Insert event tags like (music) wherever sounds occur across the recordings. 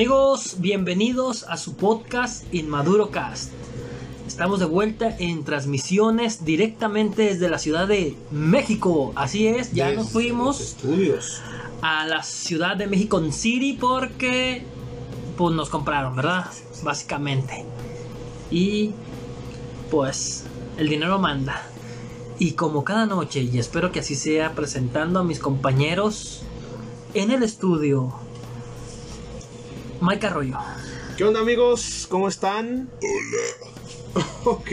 Amigos, bienvenidos a su podcast Inmaduro Cast. Estamos de vuelta en transmisiones directamente desde la Ciudad de México. Así es, ya nos Desde los fuimos Estudios. a la Ciudad de México en City porque pues nos compraron, ¿verdad? Básicamente. Y pues el dinero manda. Y como cada noche, y espero que así sea, presentando a mis compañeros en el estudio. Mike Arroyo. ¿Qué onda amigos? ¿Cómo están? Hola. (laughs) ok.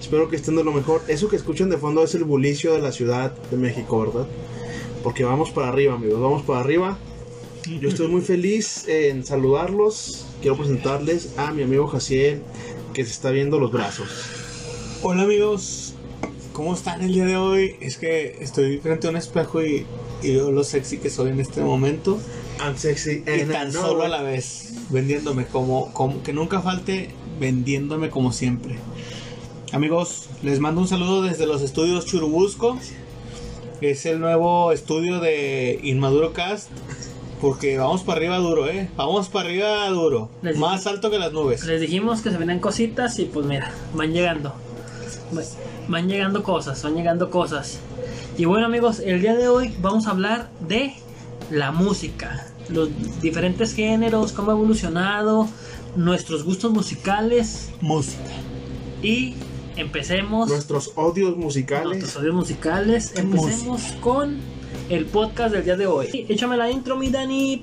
Espero que estén de lo mejor. Eso que escuchan de fondo es el bulicio de la Ciudad de México, ¿verdad? Porque vamos para arriba, amigos. Vamos para arriba. Yo (laughs) estoy muy feliz en saludarlos. Quiero presentarles a mi amigo Jaciel, que se está viendo los brazos. Hola amigos, ¿cómo están el día de hoy? Es que estoy frente a un espejo y, y veo lo sexy que soy en este momento I'm sexy y and I tan know solo a it. la vez vendiéndome como, como que nunca falte vendiéndome como siempre. Amigos, les mando un saludo desde los estudios Churubusco. Es el nuevo estudio de Inmaduro Cast. Porque vamos para arriba duro, ¿eh? Vamos para arriba duro. Les- Más alto que las nubes. Les dijimos que se venían cositas y pues mira, van llegando. Va- Van llegando cosas, van llegando cosas. Y bueno amigos, el día de hoy vamos a hablar de la música, los diferentes géneros, cómo ha evolucionado, nuestros gustos musicales Música. y empecemos Nuestros odios nuestros musicales. audios musicales. Empecemos con el podcast del día de hoy. Sí, Échame la intro, mi Dani.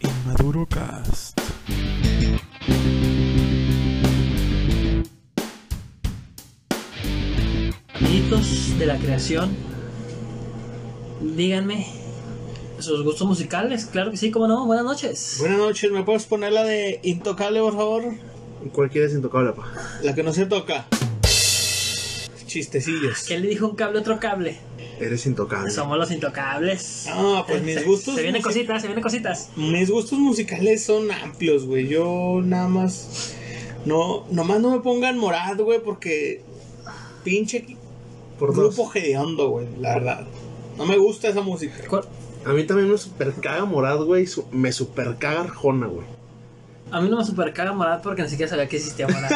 Inmaduro Cast. Amiguitos de la creación, díganme sus gustos musicales. Claro que sí, cómo no. Buenas noches. Buenas noches, ¿me puedes poner la de Intocable, por favor? Cualquiera es intocable, pa. La que no se toca. Chistecillos. ¿Quién le dijo un cable a otro cable? Eres intocable. Somos los intocables. Ah, pues Se- (laughs) mis gustos. Se vienen music- cositas, se vienen cositas. Mis gustos musicales son amplios, güey. Yo nada más. No, nomás no me pongan morad, güey, porque. Pinche Por dos. grupo hediondo, güey, la verdad. No me gusta esa música. Cu- A mí también me super caga Morad, güey. su- Me super caga Arjona, güey. A mí no me supercaga Morad porque ni siquiera sabía que existía (laughs) Morad.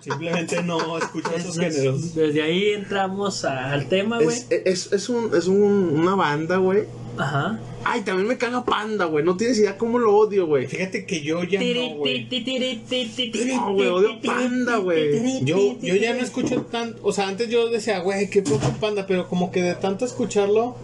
Simplemente no escucho (laughs) esos géneros. desde, desde ahí entramos a- al tema, Ah, güey. Es, es, es, un, es un- una banda, güey. Ajá. Ay, también me caga Panda, güey. No tienes idea cómo lo odio, güey. Fíjate que yo ya no, güey. No, güey, odio Panda, güey. Yo, yo ya no escucho tanto. O sea, antes yo decía, güey, qué poco panda, pero como que de tanto escucharlo.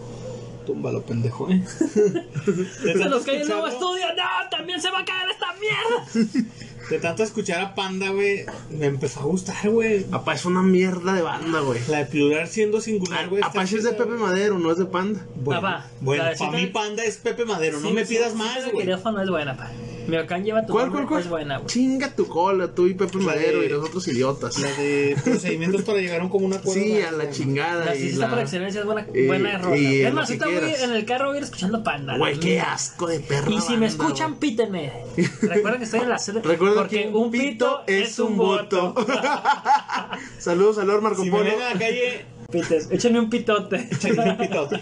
Túmbalo, pendejo, eh. De (laughs) Se tanto nos cae el nuevo escucharlo- estudio. ¡No! ¡También se va a caer esta mierda! De tanto escuchar a Panda, güey, me empezó a gustar, güey. Papá, es una mierda de banda, güey. La de plural siendo singular, güey. está Apache es de chida, Pepe güey. Madero, no es de Panda. Bueno, Papá, la de bueno para Sita- mí Panda es Pepe Madero, no Sí, me sí, pidas sí, más, sí, güey. La no es buena, pa. Miocán lleva tu ¿Cuál, nombre, cuál, cuál? Es buena, güey. Chinga tu cola, tú y Pepe La Madero de- y los otros idiotas. La de procedimientos para llegar a un común acuerdo. Sí, güey. a la chingada. La y cita la- eh, por excelencia es buena, y- buena rola. y es lo más, que ahorita voy quieras. en el carro voy a ir escuchando panda. Güey, la qué neta. asco de perro. Y si me escuchan, pítenme. (laughs) Recuerden que estoy en la sede. Recuerda porque que un pito es un voto. (laughs) Saludos al Lord Marco Si me Polo. ven en la calle, (laughs) Pites, échenme un pitote. (laughs) échenme un (laughs) pitote.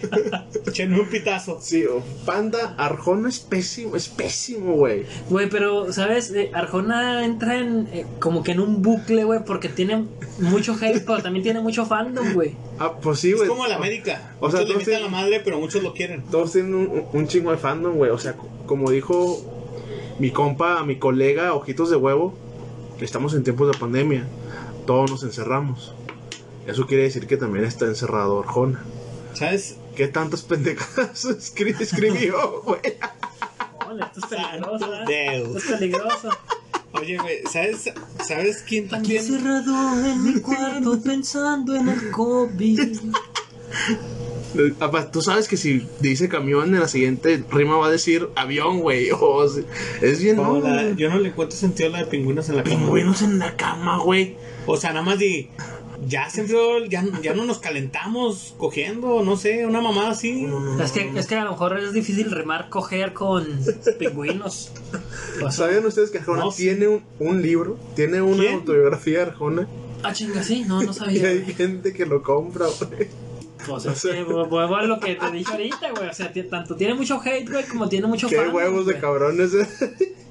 Échenme un pitazo. Sí, o Panda Arjona es pésimo, es pésimo, güey. Güey, pero, ¿sabes? Eh, Arjona entra en, eh, como que en un bucle, güey, porque tiene mucho hate, pero también tiene mucho fandom, güey. Ah, pues sí, Es güey. como la América. O O muchos sea, le todos meten la tienen- madre, pero muchos lo quieren. Todos tienen un, un chingo de fandom, güey. O sea, co- como dijo mi compa, mi colega, ojitos de huevo, estamos en tiempos de pandemia. Todos nos encerramos. Eso quiere decir que también está encerrado Arjona. ¿Sabes? ¿Qué tantas pendejadas (laughs) escri- escribió, güey? Ole, esto es peligroso. Santo ¿eh? Deus. Esto es peligroso. Oye, güey, ¿sabes, ¿sabes quién Aquí también? cerrado en (laughs) mi cuarto pensando en el COVID. Apa, Tú sabes que si dice camión, en la siguiente rima va a decir avión, güey. O sea, es bien, Como ¿no? la- yo no le encuentro sentido a la de pingüinos en la cama. Pingüinos en la cama, güey. O sea, nada más di, ya se enfrió, el- ya, ya no nos calentamos cogiendo, no sé, una mamada así. Es que, es que a lo mejor es difícil remar coger con pingüinos. O sea, (laughs) ¿Sabían ustedes que Arjona No, sí. tiene un, un libro? Tiene una ¿Quién? autobiografía de Arjona. (laughs) ah, chinga, sí, no, no Y sabía. hay güey. gente que lo compra, güey. Pues es que vu- vuelvo a lo que te dije ahorita, güey. O sea, ti- tanto tiene mucho hate, güey, como tiene mucho Qué fandom, huevos de güey. cabrones. eh.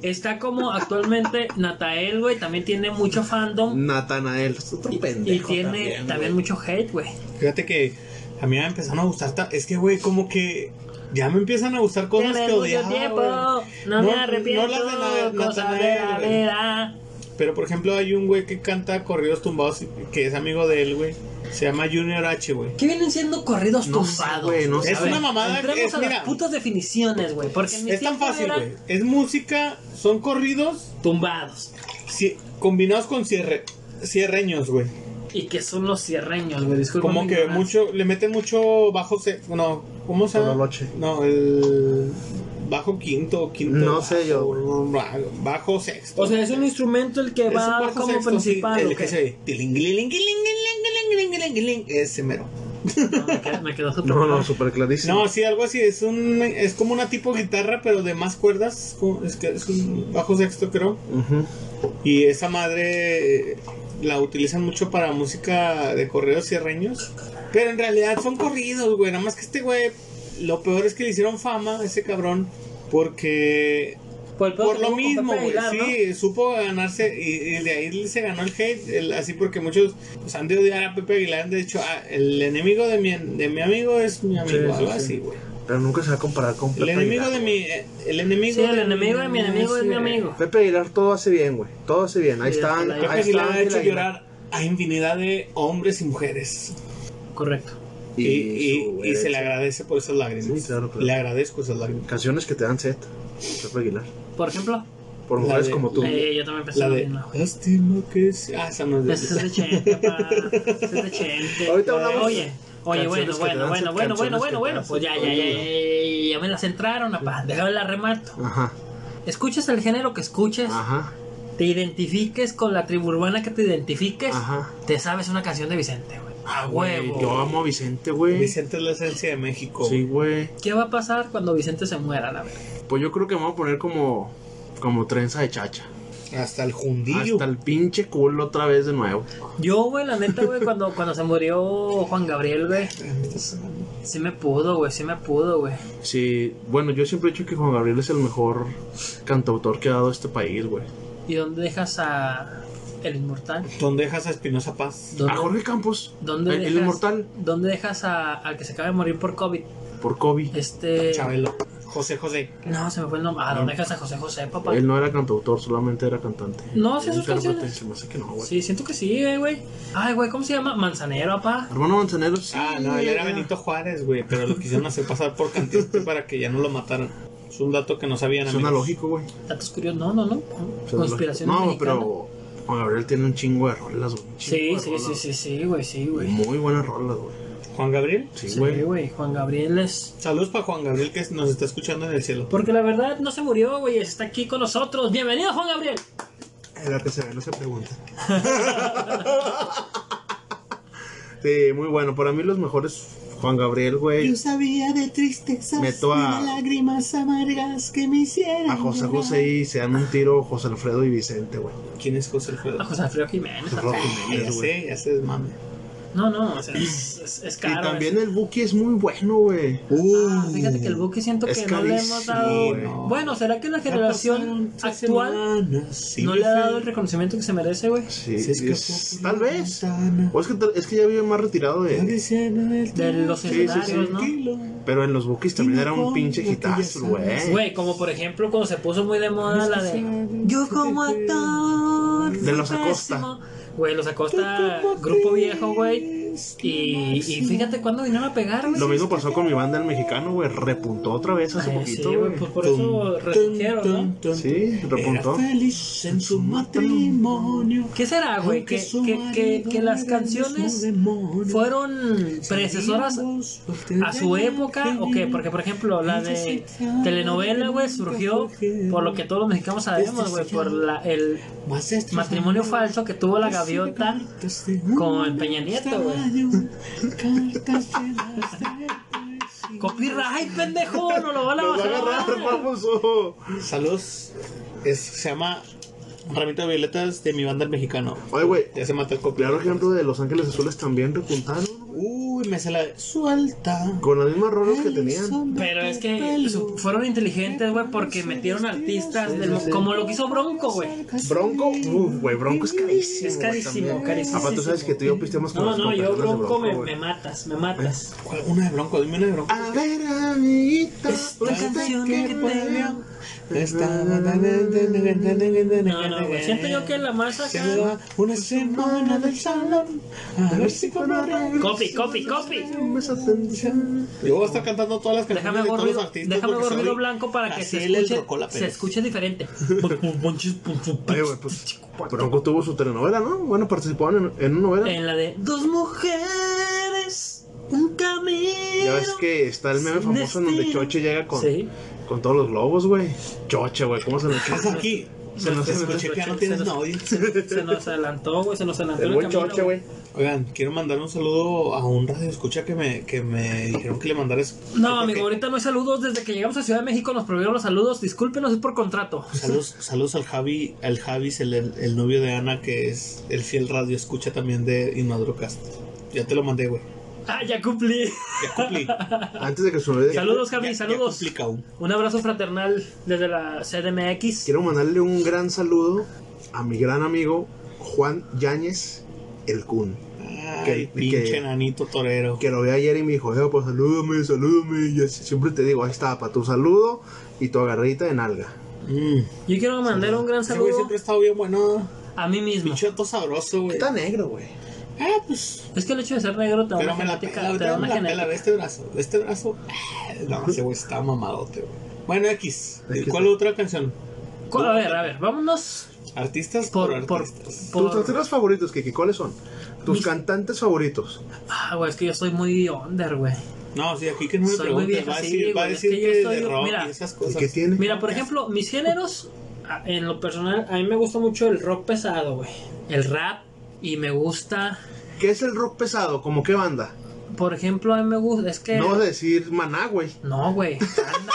Está como actualmente Natael, güey, también tiene mucho fandom. Natanael. Es otro pendejo. Y tiene también, Mm, güey. mucho hate, güey. Fíjate que a mí me empezaron a gustar. ta- Es que, güey, como que ya me empiezan a gustar cosas Tienes que mucho odiaba. tiempo, güey. no, No, me no arrepiento. las de la- cosas de Natanael, la güey. vida. Pero por ejemplo, hay un güey que canta corridos tumbados que es amigo de él, güey. Se llama Junior H, güey. ¿Qué vienen siendo corridos No sé, tumbados? güey, no sé. Es una mamada. Entremos Es, a mira, las putas definiciones, güey. Porque en mi es tan tiempo fácil, eran güey. Es música, son corridos Tumbados. si- combinados con cierre, cierreños, güey. Y que son los cierreños, güey. Disculpa. Como mi que ignorancia. mucho, le meten mucho bajo, se- no, ¿cómo se llama? Tololoche. No, el bajo quinto, quinto. No sé yo, Bajo, bajo sexto. O sea, es un instrumento el que Es un va bajo como sexto, sí, principal. el ¿o que qué? se- tilinguilinguilinguilinguilinguilinguilinguiling, Ese mero. No, me quedó- me quedó súper No, claro. no, súper clarísimo. No, sí, algo así. Es un, es como una tipo guitarra, pero de más cuerdas. como- Es que es un bajo sexto, creo. Ujú. Y esa madre eh, la utilizan mucho para música de correos cierreños. Pero en realidad son corridos, güey. Nada más que este güey, lo peor es que le hicieron fama a ese cabrón. Porque Por, el pedo por que lo tuvo con mismo, Pepe güey. Aguilar, ¿no? Sí, supo ganarse y, y de ahí se ganó el hate. el- así porque muchos pues, han de odiar a Pepe Aguilar. De hecho, ah, el enemigo de mi, de mi amigo es mi amigo. sí, algo sí. así, güey. Pero nunca se va a comparar con El Pepe enemigo Aguilar. de mi. eh, El enemigo, Sí, el enemigo de mi enemigo es mi eh, amigo. Pepe Aguilar todo hace bien, güey. Todo hace bien. Ahí Sí, están. Pepe Pepe ahí Aguilar están, ha hecho Aguilar. llorar a infinidad de hombres y mujeres. Correcto. Y, y- su- y se le agradece por esas lágrimas. Sí, claro, claro. Le agradezco esas lágrimas. Canciones que te dan set. Pepe Aguilar. Por ejemplo, Por La mujeres de- como tú. eh, yo también pensé La lo de. mismo, güey. Lástima que. sí- Ah, esa no es Ese de- Pues es de Chente, papá. Ese es de Chente. Ahorita hablamos- Oye, oye, bueno, Canciones que bueno, bueno, danzan, bueno, bueno, canciones bueno, que bueno. danzan. Pues ya, ya, ya, ya, ya, ya me las entraron, papá. Déjame la remato. Ajá. Escuches el género que escuches, Ajá. te identifiques con la tribu urbana que te identifiques, Ajá. Ah, te sabes una canción de Vicente, güey. A huevo. Yo amo a Vicente, güey. Ah, Vicente es la esencia de México. Sí, güey. ¿Qué va a pasar cuando Vicente se muera, la verdad? Pues yo creo que me voy a poner como. Como trenza de chacha. Hasta el jundillo. Hasta el pinche culo otra vez de nuevo. Yo, güey, la neta, güey, cuando, cuando se murió Juan Gabriel, güey, sí me pudo, güey, sí me pudo, güey. Sí, bueno, yo siempre he dicho que Juan Gabriel es el mejor cantautor que ha dado este país, güey. ¿Y dónde dejas a El Inmortal? ¿Dónde dejas a Espinosa Paz? ¿Dónde, A Jorge Campos, dónde el, el dejas, inmortal, ¿Dónde dejas a, al que se acaba de morir por COVID? por Kobe. Este... Chabelo. José José. No, se me fue el nombre. Ah, ¿dónde dejas a José José, papá? Él no era cantautor, solamente era cantante. No, sí, sus Intérprete, canciones. Se me hace que no, güey. Sí, siento que sí, eh, güey. Ay, güey, ¿cómo se llama? Manzanero, papá. Hermano Manzanero, sí. Ah, no, él era Benito Juárez, güey. Pero lo quisieron hacer pasar por cantante para que ya no lo mataran. Es un dato que no sabían Suena amigos. lógico, güey. Datos curiosos. No, no, no. Suena Conspiración lógico. No, pero Juan Gabriel tiene un chingo de rolas, güey. Un Sí, chingo de sí, rolas, sí, sí, sí, güey, sí, güey. güey. Muy buenas rolas, güey. Juan Gabriel. Sí, Sí, güey. güey. Juan Gabriel es. Saludos para Juan Gabriel que nos está escuchando en el cielo. Porque la verdad no se murió, güey. Está aquí con nosotros. Bienvenido, Juan Gabriel. Era que se ve, no se pregunta. (laughs) sí, muy bueno. Para mí los mejores, Juan Gabriel, güey. sabía de tristezas Meto a- y de lágrimas amargas que me hicieron. A José llorar. José y se dan un tiro José Alfredo y Vicente, güey. ¿Quién es José Alfredo? A Ah, José Alfredo Jiménez. José Alfredo Ah, ya Jiménez, güey. sé, ya sé, es mame. No, no, o sea, es, es, es caro. Y también es- el Buki es muy bueno, güey. Ah, fíjate que el buque siento que Es no le hemos carísimo, dado. güey. Bueno, ¿será que la generación actual no le ha dado el reconocimiento que se merece, güey? Sí, es- tal vez. O es que, tal- es que ya vive más retirado de... De los escenarios, ¿no? Pero en los Bukis también era un pinche hitazo, güey. Güey, como por ejemplo cuando se puso muy de moda la de Yo como actor De los Acosta. pésimo". Güey, los Acosta, grupo viejo, güey. Y, y fíjate cuándo vinieron a pegar, güey. Lo mismo pasó con mi banda El Mexicano, güey. Repuntó otra vez hace Ay, poquito, sí, güey, güey. pues por eso resurgieron, ¿no? Sí, repuntó. Era feliz en su matrimonio. ¿Qué será, Ah, güey? aunque Que, su que, que, que marido las era el mismo canciones demonio. fueron predecesoras Seríamos a su época o qué? Porque, por ejemplo, la de telenovela, güey, surgió por lo que todos los mexicanos sabemos, güey, por la, el Más estos matrimonio amores, falso que tuvo la las gaviota cartas de con un Peña Nieto, güey. caballo, cartas llenas de (laughs) Copyright, pendejo, no lo van a Nos va a bajar. agarrar, famoso. poesía. Saludos. Es- se llama Ramito de Violetas de mi banda el mexicano. Oye, güey. Ya se mata el Claro copiador. ejemplo de Los Ángeles Azules también repuntaron, güey. Uh, Uy, me se la suelta. Con las mismas rolas que tenían. Pero es que su- fueron inteligentes, güey, porque metieron artistas del- sí, sí. como lo que hizo Bronco, güey. Bronco, uff, güey, Bronco es carísimo. Es güey, carísimo, también. carísimo, Aparte, tú sí, sabes sí, que tú y yo pisteamos con No, las no, yo competencias de Bronco me, güey. me matas, me matas. ¿Cuál? Una de Bronco, dime una de Bronco. A ver, amiguita, Esta pues, canción ¿qué que puedo? tengo. No, no, güey. Siento yo que la más Se acá. me va una semana del salón. A ver si con arreglo- Copy, copy, copy. Un beso atención. Yo voy a estar cantando todas las canciones Déjame de todos hago los ruido- artistas. déjame porque hago ruido soy blanco para que se Jaciel el escuche, Rocola se Pérez. escuche (laughs) diferente. Oye, güey, pues, Bronco tuvo su telenovela, ¿no? Bueno, participó en, en una novela. En la de Dos mujeres, un camino. Ya ves que está el meme Sin famoso en donde destino. Choche llega con, (laughs) Sí. con todos los globos, güey. Choche, güey, ¿cómo (laughs) se le ¿Qué haces aquí? Se nos- Te escuché que ya no se tienes nos- novio. Se, se nos adelantó, güey, se nos adelantó. El el buen camino, Choche, güey. Oigan, quiero mandar un saludo a un radio escucha que me, que me dijeron que le mandaras. No, Porque- amigo, ahorita no hay saludos. Desde que llegamos a Ciudad de México nos prohibieron los saludos. Discúlpenos, es por contrato. Saludos, saludos al Javi, al Javis, el, el, el novio de Ana, que es el fiel radio escucha también de Inmadrocast. Ya te lo mandé, güey. Ah, ya cumplí. Ya cumplí. Antes de que se me (laughs) olvide, Saludos, Javi, Ya- ya saludos. cumplí, cabrón. Un abrazo fraternal desde la CDMX. quiero mandarle un gran saludo a mi gran amigo Juan Yáñez, el Kun. Ay, Que- pinche que- nanito torero. Que lo vi ayer y me dijo, eh, pues salúdame, salúdame. Y yo así, siempre te digo, ahí está, para tu saludo y tu agarrita en alga. Mm. Yo quiero mandar un gran Ese güey saludo siempre ha estado bien bueno. a mí mismo. Pinche todo sabroso, güey. Está negro, güey. Ah, pues. Es que el hecho de ser negro te da Pero una me la genética. pela, te da ahorita me una la pela. genética. Ve este brazo, ve este brazo. Ah, No, ese güey está mamadote, güey. Bueno, X. X, ¿Cuál güey. otra canción? Cu- A ver, a ver, vámonos Artistas por, por. por, artistas. Tus por- artistas favoritos, Kiki, ¿cuáles son? Tus Mis- cantantes favoritos. Ah, güey, es que yo soy muy under, güey. No, sí, aquí que no me Soy muy preguntes. vieja, va a sí, decir, va a güey, es decir que que, yo soy- de rock mira. y esas ¿Y cosas. qué tiene? Mira, por ejemplo, mis géneros, a- en lo personal, a mí me gusta mucho el rock pesado, güey. El rap, y me gusta. ¿Qué es el rock pesado? ¿Cómo qué banda? Por ejemplo, a mí me gusta. Es que. No vas a decir maná, güey. No, güey. Anda,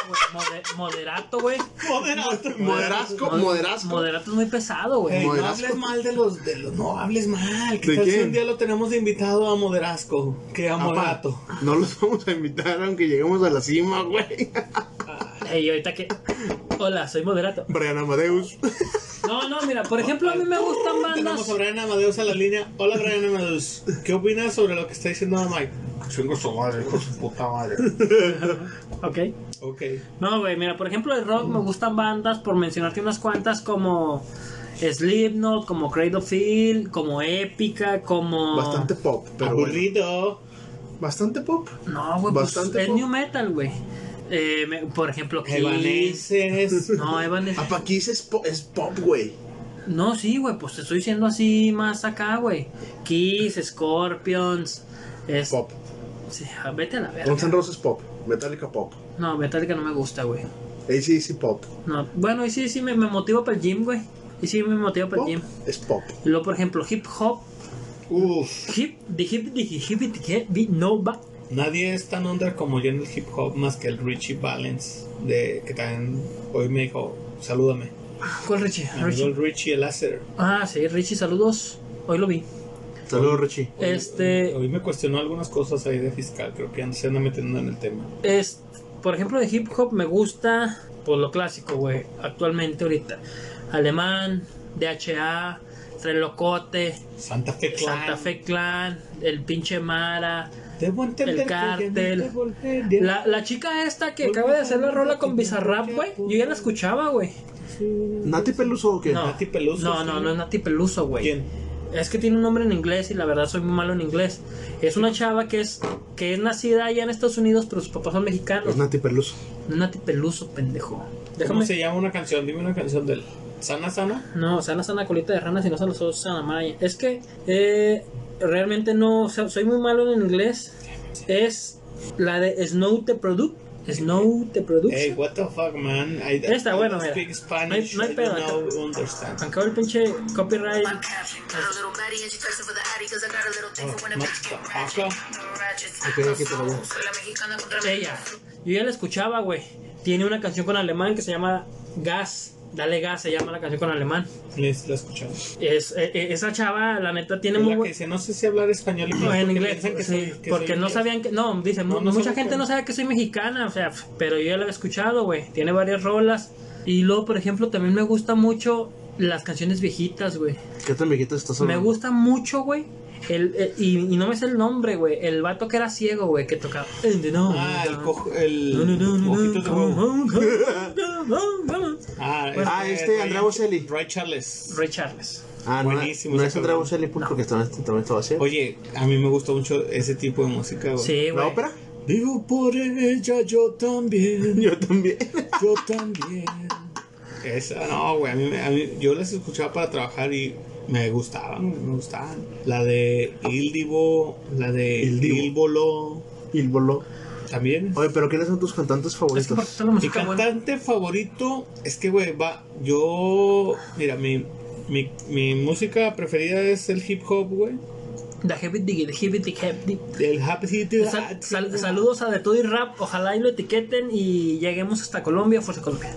güey. mode- moderato, güey. Moderato. Moderasco, No, moderasco. Moderato es muy pesado, güey. Ey, no Moderasco. hables mal de los, de los. No hables mal. ¿Qué ¿De tal si quién? un día lo tenemos de invitado a Moderasco? Que a Apá, Moderato. No los (laughs) vamos a invitar aunque lleguemos a la cima, güey. (laughs) Ey, ahorita que. Hola, soy moderato. Brian Amadeus. No, no, mira, por ejemplo, a mí me gustan Tenemos bandas. a Brian Amadeus a la línea. Hola, Brian Amadeus. ¿Qué opinas sobre lo que está diciendo Mike? Chingo su madre, hijo de su puta madre. Ok. Ok. No, güey, mira, por ejemplo, el rock me Mm. gustan bandas, por mencionarte unas cuantas, como Slipknot, como Cradle of Field, como Épica, como. Bastante pop, pero bueno. Aburrido. Bastante pop. No, güey, pues Bastante es pop. new metal, güey. Eh, me- por ejemplo, Kiss. Evanescence. No, Evanes. (laughs) Apa, Kiss es, po- es pop, güey. No, sí, güey, pues te estoy diciendo así más acá, güey. Kiss, Scorpions. Es... Pop. Sí, ah, vete a la verga. Guns N' Roses pop. Metallica pop. No, Metallica no me gusta, güey. ACDC pop. No. Bueno, y sí, sí, me, me motivo para el gym, güey. Y sí, me motivo para el Pop gym. es pop. Y luego, por ejemplo, hip hop. Uf. Hip, de hip, de hip, de hip, de no va. Nadie es tan under como yo en el hip hop más que el Richie Valens. De, que también hoy me dijo, salúdame. ¿Cuál Richie? Mi amigo Richie. el Richie el láser. Ah, sí, Richie, saludos. Hoy lo vi. Saludos, Richie. Este. Hoy me cuestionó algunas cosas ahí de fiscal. Creo que se anda metiendo en el tema. Es, por ejemplo, de hip hop me gusta, pues lo clásico, güey, actualmente ahorita. Alemán, DHA, Tres Locote, Santa Fe Clan. Santa Fe Clan, el pinche Mara. Debo entender El que ya no cártel. te volveré a La, la chica esta que acaba de hacer la rola con Bizarrap, güey, yo ya la escuchaba, güey. ¿Nati Peluso o qué? No. Nati Peluso, No, sí. no, no es Nati Peluso, güey. ¿Quién? Es que tiene un nombre en inglés y la verdad soy muy malo en inglés. Es una chava que es que es nacida allá en Estados Unidos, pero sus papás son mexicanos. Es Nati Peluso. No es Nati Peluso, pendejo. ¿Cómo Déjame se llama una canción? Dime una canción de él. ¿Sana Sana? No, o sea, no son la colita de rana, sino son los ojos de la malla. Es que eh, realmente no, o sea, soy muy malo en inglés. Es la de Snow the Product. Snow the Hey, Production. what the fuck, man. I, Está I don't bueno, mira. speak Spanish. No hay- no hay I pedo. don't know, understand. Aunque ahora el pinche copyright. Got a little baddie and she flexing for the addy 'cause I got a little thing for when a bitch get ratchet. Ratchet. Soy la mexicana contra la Ella, yo ya la escuchaba, güey. Tiene una canción con alemán que se llama Gas. Dale gas, se llama la canción con alemán. Les, la escuchamos. Es, e- e- esa chava, la neta, tiene Es muy la que buen... dice, no sé si hablar español y No, en porque inglés, piensan que sí, soy- que porque soy no inglés. sabían que, no, dice, No, mu- no mucha sabía gente que- no sabe que soy mexicana, o sea, f- pero yo ya la he escuchado, güey, tiene varias rolas. Y luego, por ejemplo, también me gusta mucho las canciones viejitas, güey. ¿Qué tan viejito estás Me hablando? gusta mucho, güey. El, el- y, y no me sé el nombre, güey. El vato que era ciego, güey, que tocaba. Ah, el cojo, el No, no, no, no, ojito de huevo. no. Ah, Ah, este, Andrea Bocelli. Ray Charles. Ray Charles. Ah, no, Buenísimo No ese es Andrea cabrón. Bocelli Pool, porque también, también estaba así. Oye, a mí me gusta mucho ese tipo de música, güey. Sí, güey. ¿La ópera? Vivo por ella, yo también, Yo también. yo también. Esa, no, güey, a mí, me- a mí- yo las escuchaba para trabajar y me gustaban, güey, me gustaban. La de Ildivo, la de Ildivo. Ilvolo, Y el bolo. también. Oye, pero ¿quiénes son tus Es cantantes que favoritos? porque toda la (laughs) Mi música buena. cantante favorito es que, güey, va. Yo. Mira, mi, mi, mi música preferida es el hip hop, güey. The Heavy Diggy, The Heavy Diggy, Heavy El happy city. ah, Diggy. Sal- sal- Saludos a De Todo y Rap. Ojalá y lo etiqueten y lleguemos hasta Colombia, Fuerza Colombia.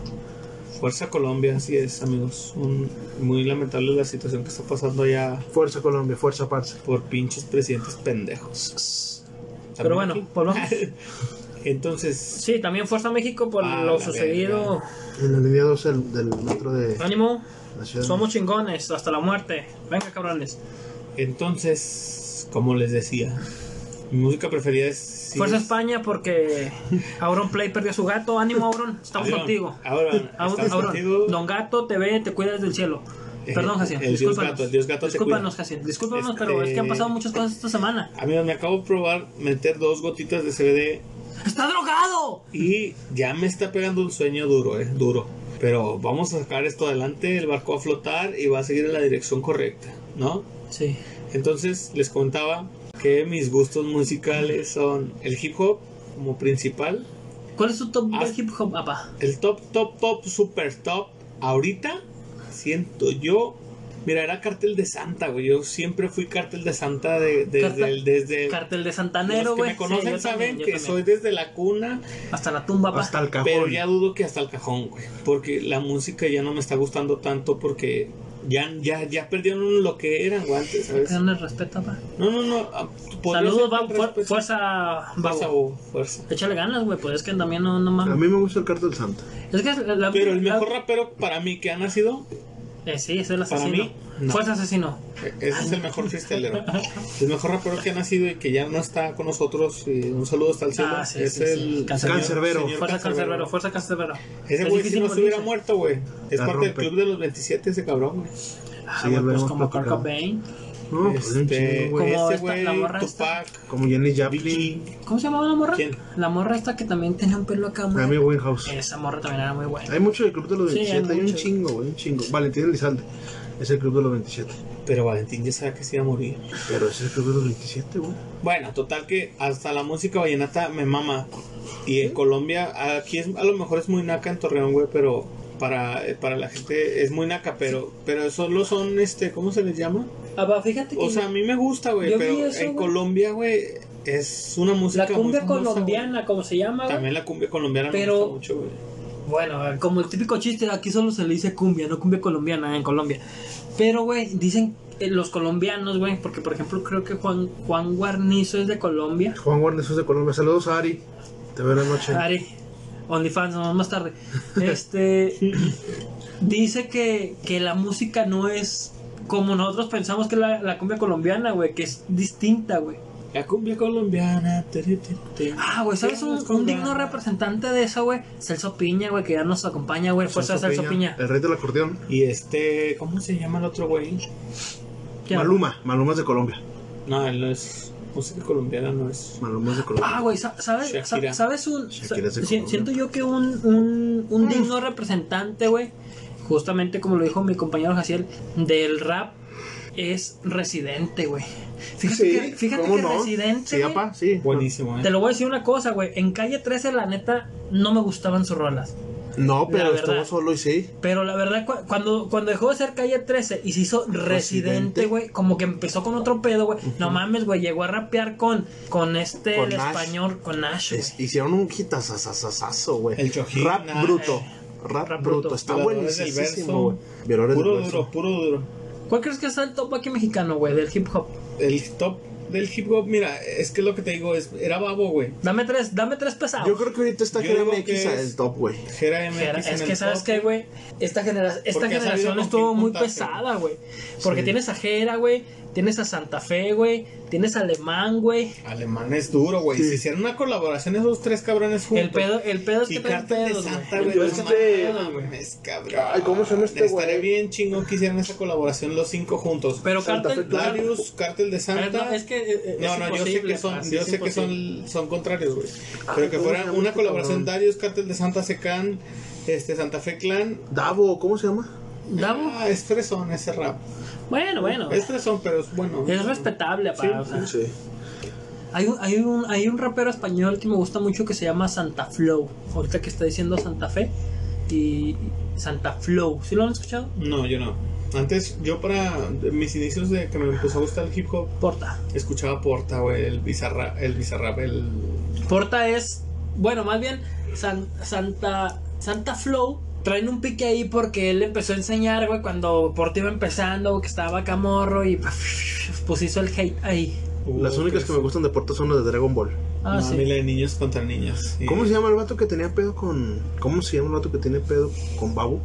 Fuerza Colombia, así es, amigos. Un- muy lamentable la situación que está pasando allá Fuerza Colombia, fuerza Panza. por pinches presidentes pendejos. Pero También bueno, aquí. (laughs) volvamos. Entonces, Sí, también Fuerza México por Ah, lo la sucedido. En la línea 2 del, del metro de Ánimo, la ciudad. somos chingones hasta la muerte. Venga, cabrones. entonces, como les decía, mi música preferida es. sí Fuerza es- España (laughs) porque Auron Play perdió a su gato. Ánimo, Auron, estamos Auron, contigo. Auron, Au- estamos Auron, contigo. Don Gato te ve, te cuidas del cielo. Eh, Perdón, Jacín. el Dios discúlpanos. Gato, el Dios Gato te discúlpanos, cuida. Jacín. Discúlpanos, Este- pero es que han pasado muchas cosas esta semana. Amigos, me acabo de probar meter dos gotitas de CBD ¡Está drogado! Y ya me está pegando un sueño duro, eh, duro. Pero vamos a sacar esto adelante, el barco va a flotar y va a seguir en la dirección correcta, ¿no? Sí. Entonces les contaba que mis gustos musicales son el hip hop como principal, ¿Cuál es tu top Ah. de hip hop, papá? el top, top, top, super top. Ahorita siento yo, mira, era cartel de Santa, güey. Yo siempre fui cartel de Santa de- desde, Carta- el- desde Cartel de los Santanero, que güey. me conocen Sí, yo saben también, yo que también. soy desde la cuna Hasta la tumba, papá. Hasta el cajón. Pero ya dudo que hasta el cajón, güey. Porque la música ya no me está gustando tanto porque ya, ya, ya perdieron lo que eran, güey, antes, ¿sabes? Perdón el respeto, papá. No, no, no. ah, podría Saludos, va, ser con fuer- respeto. fuerza, Fuerza, babo. bobo, fuerza. Échale ganas, güey, pues es que también no, no A mames. mí me gusta el cartel Santa. Es que es la- la- Pero el la- mejor rapero para mí que ha nacido, Eh, sí, es el Para asesino. mí, no. Fuerza asesino. eh, ese es el (laughs) mejor freestylero. El mejor rapero que ha nacido y que ya no está con nosotros, y un saludo hasta el cielo, Ah, sí, es sí, sí. el Cancerbero. Cancerbero. señor Fuerza cancerbero, fuerza cancerbero. Ese Es güey si difícil no se hubiera morirse. muerto, güey. Es La parte del rompe. club de los 27 ese cabrón, güey. Ah, Sí, güey, ya lo pues hemos como Kurt platicado. Cobain. No, pues un Este, chingo, güey. güey, Como ese esta- la morra güey, esta. Tupac, Como Jenny Biggie. Joplin. ¿Cómo se llamaba la morra? ¿Quién? La morra esta que también tenía un pelo acá. muy- Amy Winehouse. Esa morra también era muy buena. Hay mucho del club de los Este. Sí, hay 27. hay un mucho. chingo, güey. Un chingo. Valentín Elizalde. Es el club de los 27. Pero Valentín ya sabía que se iba a morir. Pero es el club de los 27, güey. Bueno, total que hasta la música vallenata me mama. Y en Colombia, aquí es, a lo mejor es muy naca en Torreón, güey, pero para, eh, para la gente es muy naca, pero, pero solo son, este, ¿cómo se les llama? Papá, Ah, fíjate que O sea, a mí me gusta, güey, Yo vi pero eso, en güey. Colombia, güey, es una música la muy cumbia famosa, güey. colombiana, como se llama, güey? También la cumbia colombiana Pero- me gusta mucho, güey. Bueno, como el típico chiste, aquí solo se le dice cumbia, no cumbia colombiana en Colombia. Pero, güey, dicen eh, los colombianos, güey, porque por ejemplo creo que Juan, Juan Guarnizo es de Colombia. Juan Guarnesos de Colombia. Saludos a Ari. Te veo en la noche. Ari, OnlyFans, nos vemos más (laughs) tarde. Este dice que, que la música no es como nosotros pensamos que la, la cumbia colombiana, güey, que es distinta, güey. La cumbia colombiana. tiri, tiri, tiri. Ah, güey, ¿sabes un, un digno representante de eso, güey? Celso Piña, güey, que ya nos acompaña, güey. Fuerza Celso Piña. Eh, El rey del acordeón. Y este, ¿cómo se llama el otro güey? ¿Quién? Maluma. Maluma es de Colombia. No, él no es música colombiana, no es. Maluma es de Colombia. Ah, güey, sa- ¿sabes? sa- Shakira. ¿Sabes un. sa- Shakira es de si- Colombia. siento yo que un, un, un digno representante, güey, justamente como lo dijo mi compañero Jaciel, del rap es residente, güey. Fíjate que, fíjate ¿cómo que no? residente. Sí, güey, apa, sí. Buenísimo, ¿eh? te lo voy a decir una cosa, güey. En calle 13, la neta, no me gustaban sus rolas. No, La pero verdad. estuvo solo y sí. Pero la verdad, cu- cuando, cuando dejó de ser calle 13 y se hizo residente, Residente. güey, como que empezó con otro pedo, güey. No mames, güey, llegó a rapear con, con este, Con el Nash. español, con Nash, güey. Es- hicieron un hitazazazazazo, güey. El ah, eh, Chojín, Rap nah, bruto. Rap, Rap Bruto. Bruto. Está Violadores del buenísimo, verso. güey. Violadores Puro del verso. duro, puro duro. ¿Cuál crees que es el top aquí mexicano, güey, del hip hop? El top del hip hop, mira, es que lo que te digo es, era babo, güey. Dame tres, dame tres pesados. Yo creo que ahorita está Yo digo Jeremy X que al es- top, güey. Jera MX Era- en es el que sabes top. que, güey, esta, genera- esta Porque ha sabido generación con estuvo quién muy juntarse, pesada, güey. Porque Sí. tienes a Jera, güey, tienes a Santa Fe, güey, tienes a Alemán, güey. Alemán es duro, güey. Sí. Si hicieran una colaboración esos tres cabrones juntos. El pedo, el pedo es Y que traen Cártel de pedos, Santa, güey. güey. Yo no este- mames, güey, es cabrón. Ay, ¿cómo se llama este Estaría güey? bien chingón que hicieran esa colaboración los cinco juntos. Pero Santa Cártel... Fe, claro. Cártel- Darius, Cártel de Ah, no, Santa. es que eh, eh, No, es no, yo sé imposible. que son, Así yo es sé que imposible. son, son contrarios, güey. Ay, Pero que ¿cómo se fuera llama una este colaboración cabrón? Darius, Cártel de Santa Secan, este Santa Fe Clan. Davo, ¿cómo se llama? Davo. Ah, es fresón ese rap. Bueno, bueno. Es fresón, pero es bueno. Es respetable, Sí, aparte. o sea. Sí. Hay un, hay, un, hay un rapero español que me gusta mucho que se llama Santa Flow. Ahorita que está diciendo Santa Fe y Santa Flow. ¿Sí lo han escuchado? No, yo no. Antes, yo para mis inicios de que me empezó a gustar el hip hop, Porta. escuchaba Porta, güey, el bizarra, el bizarrap, el Porta es. Bueno, más bien, San- Santa, Santa Flow. Traen un pique ahí porque él empezó a enseñar, güey, cuando Porta iba empezando, que estaba camorro y (laughs) pues hizo el hate ahí. uh, Las únicas pues. que me gustan de Porto son las de Dragon Ball. Ah, Ah, sí. de niños contra niñas. Y ¿Cómo se llama el vato que tenía pedo con. ¿Cómo se llama el vato que tiene pedo con Babu?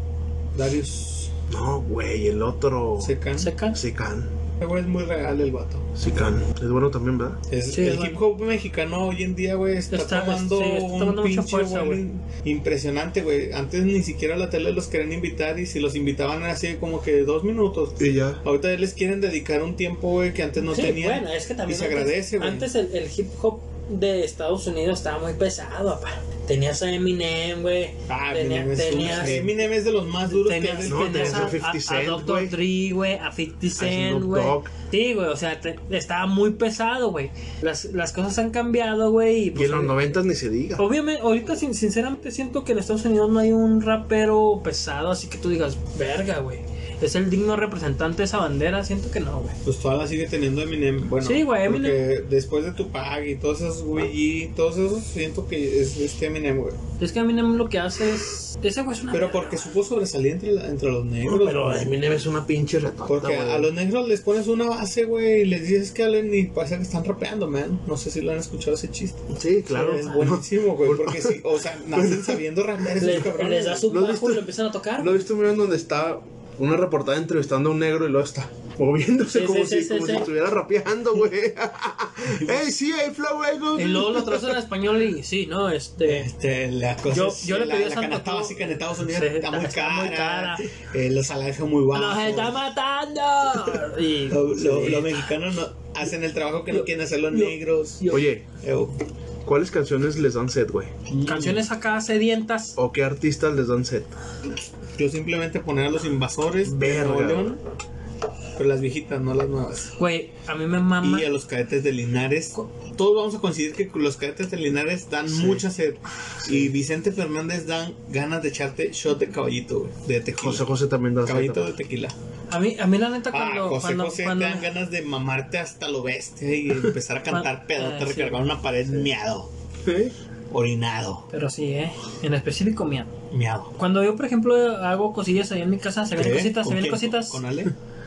Darius No, güey, el otro. Secan. Se cansa. Sican. Ese güey es muy real el vato. Sican. Es bueno también, ¿verdad? Es- Sí, el bueno. hip hop mexicano hoy en día, güey, está, Está- tomando sí, está un tomando mucha pinche fuerza, vuelo impresionante, güey. Antes ni siquiera la tele los querían invitar y si los invitaban era así como que dos minutos. Y ya. Ahorita ya les quieren dedicar un tiempo, güey, que antes no Sí, tenían. bueno, es que también y se antes- agradece, güey. Antes el, el hip hop de Estados Unidos estaba muy pesado, papá. Tenías a Eminem, güey. Ah, Tenía- Eminem es un- tenías- Eminem es de los más duros que Tenías, hay. No, tenías tenías a, a 50 a- a Cent, Dr. güey. Dre, güey, a 50 Cent, Snoop güey. Dogg. Sí, güey, o sea, te- estaba muy pesado, güey. Las, las cosas han cambiado, güey. y, Y pues, en los noventas ni se diga. Obviamente, ahorita sin- sinceramente siento que en Estados Unidos no hay un rapero pesado, así que tú digas, verga, güey. Es el digno representante de esa bandera, siento que no, güey. Pues todavía sigue teniendo Eminem. Bueno, Sí, güey, porque Eminem. después de Tupac y todos esos, güey, y todos esos, siento que es este Eminem, güey. Es que Eminem lo que hace es... Ese güey es una... Pero verga, porque güey. supo sobresalir entre, la- entre los negros. Pero güey. Eminem es una pinche retota, Porque güey. a los negros les pones una base, güey, y les dices que hablen y pasa que están rapeando, man. No sé si lo han escuchado ese chiste. Sí, claro. Es buenísimo, güey, porque sí, (laughs) o sea, nacen sabiendo rapear esos Le- cabrones. les da su ¿Lo has bajo visto? y lo empiezan a tocar. ¿No viste un video en donde está una reportada entrevistando a un negro y luego está moviéndose Sí, como, sí, si, sí, como sí, si sí. estuviera rapeando, güey? (laughs) (laughs) ¡Ey, sí, hey, flow, güey! no, Y luego lo traducen al español y sí, ¿no? Este. Este, la cosa Yo- es- yo le la- pedí a la Santa canasta Claus- básica en Estados Unidos Sí, está, muy está cara, muy cara. eh, los salarios son muy bajos. ¡Nos está matando! Y, Lo- lo- sí. Los mexicanos no- hacen el trabajo que no quieren hacer los yo- negros. Eh, yo- Oye, Ew. ¿cuáles canciones les dan set, güey? Canciones acá sedientas. ¿O qué artistas les dan set? Yo simplemente poner a los invasores de Verga. Nuevo León, pero las viejitas, no las nuevas. Güey, a mí me mama. Y a los cadetes de Linares. Todos vamos a coincidir que los cadetes de Linares dan mucha sed. Y Vicente Fernández dan ganas de echarte shot de caballito, güey. De tequila. José José también da set. Caballito de güey. tequila. A mí, a mí la neta, Ah, cuando. José cuando, José cuando- te dan ganas de mamarte hasta lo bestia (laughs) y empezar a cantar Cuan- pedo. Te ah, sí. recargar una pared miado, ¿Eh? orinado, Pero sí, ¿eh? En específico, mía. miado. Cuando yo, por ejemplo, hago cosillas ahí en mi casa, se vienen ¿Eh? cositas, se ¿Con vienen quién? cositas. ¿Con Ale?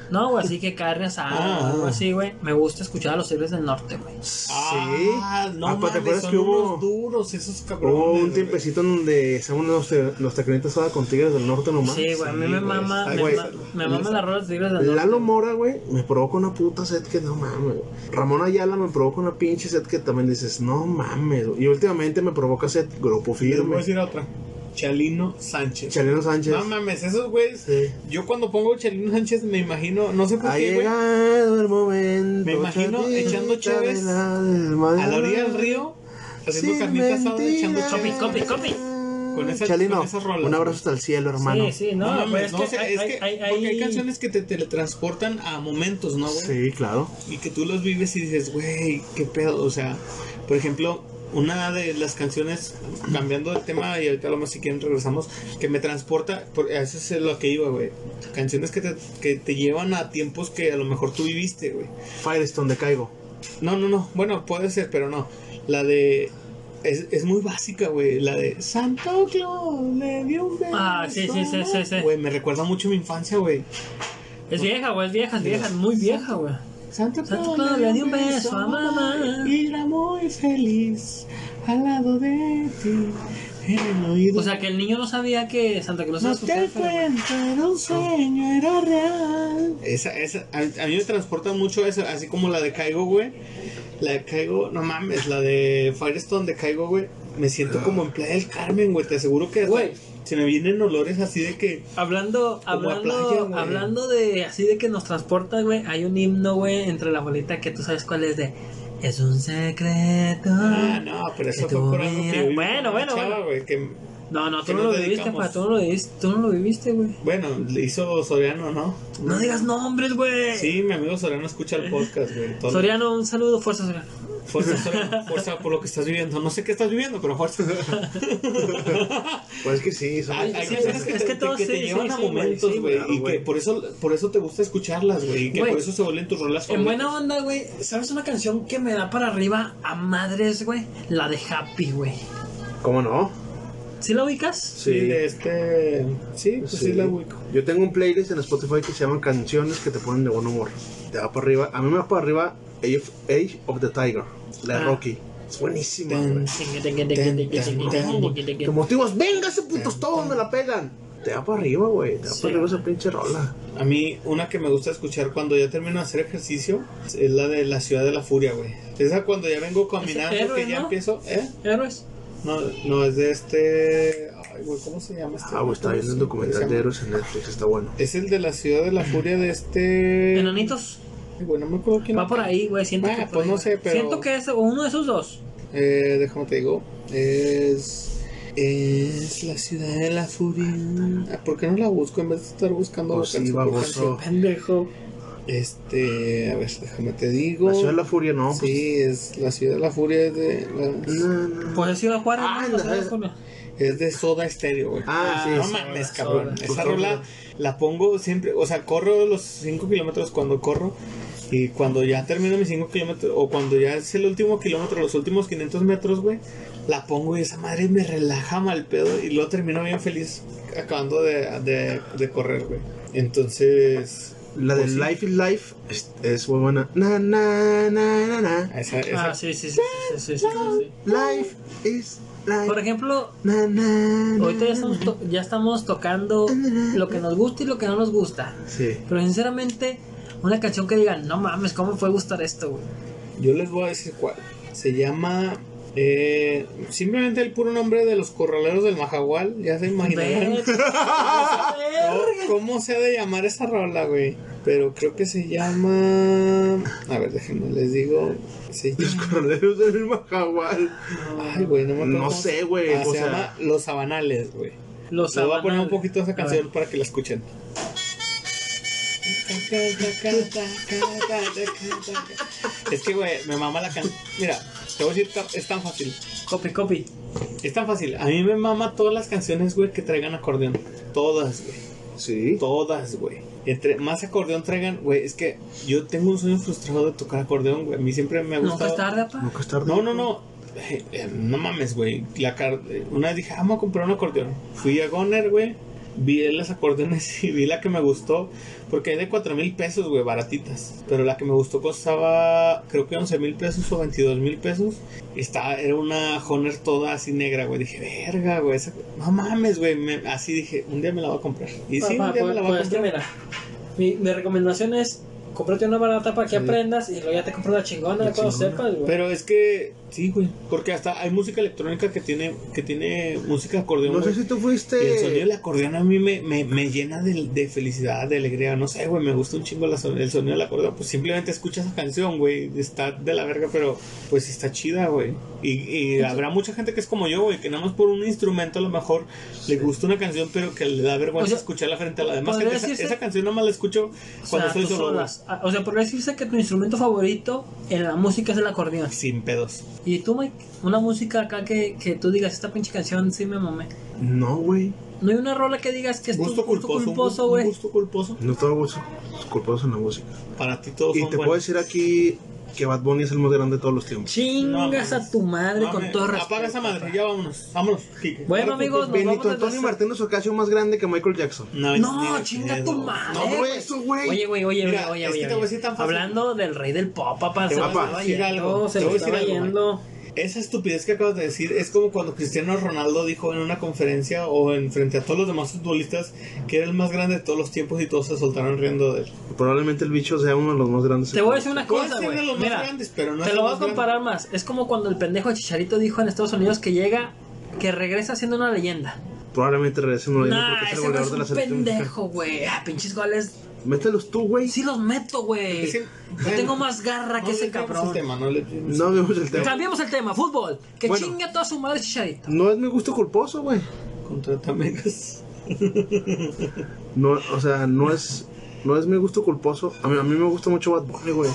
No, güey, así que carne asada o Ah. algo así, güey. Me gusta escuchar a los héroes del norte, güey. Ah, no Ah, pues, mames, ¿te acuerdas son que hubo- unos duros esos cabrones. Hubo un güey. tiempecito en donde hacían los, los taconetas estaba con Tigres del Norte nomás. Sí, güey, a mí sí, me güey, mama. está Me, güey. ma- me mama las rolas de tigres del norte. Lalo Mora, güey, me provoca una puta sed que no mames. Ramón Ayala me provoca una pinche sed que también dices, no mames. Y últimamente me provoca sed Te Grupo voy a Firme, decir otra. Chalino Sánchez. Chalino Sánchez. No mames, esos güeyes. Sí. Yo cuando pongo Chelino Sánchez me imagino, no sé por Ha qué, güey. A llegado el momento. Me imagino chavita, echando cheves de la desmadre. la orilla del río, haciendo Sin carnita asada, echando mentiras. Copi, cheves. copi, copi. Con esa- Chalino, con esas rolas, un abrazo güey. hasta el cielo, hermano. Sí, sí, No, no, mames, güey, es no, que o sea, hay- es hay- que hay- porque hay hay- canciones que te teletransportan a momentos, ¿no, güey? Sí, claro. Y que tú los vives y dices, güey, qué pedo. O sea, por ejemplo, una de las canciones, cambiando de tema, y ahorita lo más si quieren regresamos, que me transporta, por, a eso es lo que iba, güey. Canciones que te, que te llevan a tiempos que a lo mejor tú viviste, güey. Firestone de Caigo. No, no, no. Bueno, puede ser, pero no. La de es, es muy básica, güey. La de Santo Claus le dio un beso. Ah, sí, sí, sí, sí, sí. Güey, me recuerda mucho a mi infancia, güey. Es vieja, güey, es vieja, es vieja, muy vieja, güey. Santa Claus le dio un beso a mamá. Y era muy feliz al lado de ti. En el oído. O sea, que el niño no sabía que Santa Claus era no su te jefe, güey. cuento, era un sueño, era real. Esa, esa, a, a mí me transporta mucho esa, así como la de Caigo, güey. La de Caigo, no mames, la de Firestone de Caigo, güey. Me siento como en Playa del Carmen, güey. Te aseguro que hasta Güey. se me vienen olores así de que. Hablando, Como a hablando, playa, güey. hablando de así de que nos transporta, güey. Hay un himno, güey, entre la bolita que tú sabes cuál es de. Es un secreto. Ah, no, pero eso que fue tú por algo que miras- yo viví Bueno, con una bueno, chava, bueno. güey, que- No, no, tú que no nos lo viviste, dedicamos. pa, tú no lo viviste, tú no lo viviste, güey. bueno, le hizo Soriano, ¿no? No digas nombres, güey. Sí, mi amigo Soriano escucha el podcast, güey. entonces- Soriano, un saludo, fuerza Soriano. Fuerza, Soriano, fuerza por lo que estás viviendo. No sé qué estás viviendo, pero fuerza. Pues es que sí, son Hay, hay sí, es canciones que, que te, todo que te sí, llevan sí, a sí, güey, momentos, sí, güey. claro, y que güey. por eso, por eso te gusta escucharlas, güey. Y que Güey. por eso se vuelven tus rolas En favoritas. buena onda, güey. ¿Sabes una canción que me da para arriba a madres, güey? La de Happy, güey. ¿Cómo no? ¿Sí la ubicas? Sí, Sí. de este. Sí, pues sí, la ubico. Yo tengo un playlist en Spotify que se llama Canciones que te ponen de buen humor. Te va para arriba. A mí me va para arriba Age of, Age of the Tiger, la de Ah. Rocky. Es buenísima, Tan- güey. Te Sí, motivas, venga, ese putos todos me la pelan. Te va para arriba, güey. Te va Sí. para arriba esa pinche rola. A mí, una que me gusta escuchar cuando ya termino de hacer ejercicio es la de La Ciudad de la Furia, güey. Esa cuando ya vengo caminando, héroe, que ya ¿no? empiezo. ¿Eh? Héroes. No, no, es de este. Ay, güey, ¿cómo se llama este? Ah, güey, está viendo el documental de héroes en Netflix, está bueno. Es el de La Ciudad de la Furia de este. Enanitos. Ay, güey, no me acuerdo quién Va por ahí, güey. Siento Ah, que. por pues ahí, no güey. sé, pero- Siento que es o uno de esos dos. Eh, déjame te digo. Es. Es la ciudad de la furia. Ah, ¿Por qué no la busco en vez de estar buscando Pues sí, canción por baboso. Pendejo. canción? Este. A ver, déjame te digo. La ciudad de la furia, no. pues, Sí, es la ciudad de la furia. Es de, la- no, no. Pues es Ciudad Juárez. Ah, ¿no? la- Las Vegas, es de soda estéreo, güey. Ah, sí, No Soda, mames, Soda. cabrón. Esa rola la pongo siempre. O sea, corro los 5 kilómetros cuando corro. Y cuando ya termino mis 5 kilómetros, o cuando ya es el último kilómetro, los últimos 500 metros, güey, la pongo y esa madre me relaja mal pedo. Y luego termino bien feliz acabando de, de, de correr, güey. Entonces. La de pues, sí, Life is Life es, es muy buena. Na, na, na, na, na. Esa, esa- Ah, sí, sí, sí, sí, sí, sí, sí, sí. Life is Life. Por ejemplo, Na, na, na, ahorita ya estamos, to- ya estamos tocando lo que nos gusta y lo que no nos gusta. Sí. Pero sinceramente, una canción que digan, no mames, ¿cómo me puede gustar esto, güey? Yo les voy a decir cuál. Se llama. eh, simplemente el puro nombre de los corraleros del Majagual. Ya se imaginarán. Vete a la verga. No, ¿Cómo se ha de llamar esa rola, güey? Pero creo que se llama. A ver, déjenme, les digo. Se Los llama- corraleros del Mahahual. Ay, güey, no me acuerdo. No cómo sé, se- güey, Ah, o se sea- llama Los Sabanales, güey. Los Les voy a poner Sabanales. un poquito esa A ver. canción para que la escuchen. Es que, güey, me mama la canción. Mira, te voy a decir, ta- es tan fácil. Copy, copy. Es tan fácil. A mí me mama todas las canciones, güey, que traigan acordeón. Todas, güey. Sí. Todas, güey. Entre más acordeón traigan, güey, es que yo tengo un sueño frustrado de tocar acordeón, güey. A mí siempre me ha Nunca gustado. es pues tarde, pa. Nunca es tarde. No, no, no. Eh, eh, no mames, güey. La car- eh, Una vez dije, "Ah, vamos a comprar un acordeón. Fui a Goner, güey. Vi las acordeones (laughs) y vi la que me gustó. Porque es de 4 mil pesos, güey, baratitas. Pero la que me gustó costaba, creo que 11 mil pesos o 22 mil pesos. Estaba, era una Honer toda así negra, güey. Dije, verga, güey. esa- No mames, güey. Me- Así dije, un día me la voy a comprar. Y sí, Papá, un día me pues- la voy a pues, que comprar. mira, mi, mi recomendación es cómprate una barata para que Sí. aprendas y luego ya te compras la chingona La cuando chingona. sepas, güey. Pero es que, sí, güey. Porque hasta hay música electrónica que tiene, que tiene música acordeón. No sé güey. si tú Y el sonido fuiste. del acordeón a mí me, me, me llena de, de felicidad, de alegría. No sé, güey, me gusta un chingo la son- el sonido del acordeón. Pues simplemente escucha esa canción, güey. Está de la verga, pero pues está chida, güey. Y, y Pues habrá mucha gente que es como yo, güey, que nada más por un instrumento a lo mejor le gusta una canción, pero que le da vergüenza O sea, escucharla frente a la demás. podría gente. esa, decirse- esa canción nada más la escucho O cuando sea, estoy tú solo, güey. solas. Ah, O sea, podría decirse que tu instrumento favorito en la música es el acordeón. Sin pedos. Y tú, Mike, una música acá que, que tú digas, esta pinche canción sí me mamé. No, güey. No hay una rola que digas que es tu Gusto culposo. un culposo, gu- un güey. gusto culposo. No todo gusto. Culpados en la música. Para ti todos Y son te puedo buenos. decir aquí que Bad Bunny es el más grande de todos los tiempos. Chingas a tu madre No, con me- todo respeto. Apaga esa madre, ya vámonos. Vámonos, Kike. Bueno, Ahora, amigos, nos vamos Benito a Antonio Martínez Ocasio más grande que Michael Jackson. No, No, ni chinga de tu pedo. madre. No, güey, eso, güey. Oye, güey, oye, Mira, oye, es oye, que oye. te voy a decir tan fácil. Hablando del rey del pop, papá, Te se voy a estaba decir yendo, algo, se te le voy a decir estaba algo, Mike. yendo. Esa estupidez que acabas de decir es como cuando Cristiano Ronaldo dijo en una conferencia o en frente a todos los demás futbolistas que era el más grande de todos los tiempos y todos se soltaron riendo de él. Probablemente el bicho sea uno de los más grandes. Te voy a decir una Puede cosa, ser de güey. los más Mira, grandes, pero no te es lo el voy a más grande. comparar más. Es como cuando el pendejo Chicharito dijo en Estados Unidos que llega, que regresa siendo una leyenda. Probablemente regrese uno de ellos Nah, porque es el ese güey goleador es de la un selección. mexicana. pendejo, güey. Ah, pinches goles. Mételos tú, güey. Sí los meto, güey. Es que- Yo bueno, tengo más garra que le ese entremos cabrón. al tema, no le entremos. No vemos el tema. Cambiamos el tema, fútbol. Que Bueno. chinga toda su madre Chicharito. No es mi gusto culposo, güey. Contrátame, gas. No, o sea, no es, no es mi gusto culposo. A mí, a mí me gusta mucho Bad Bunny, güey.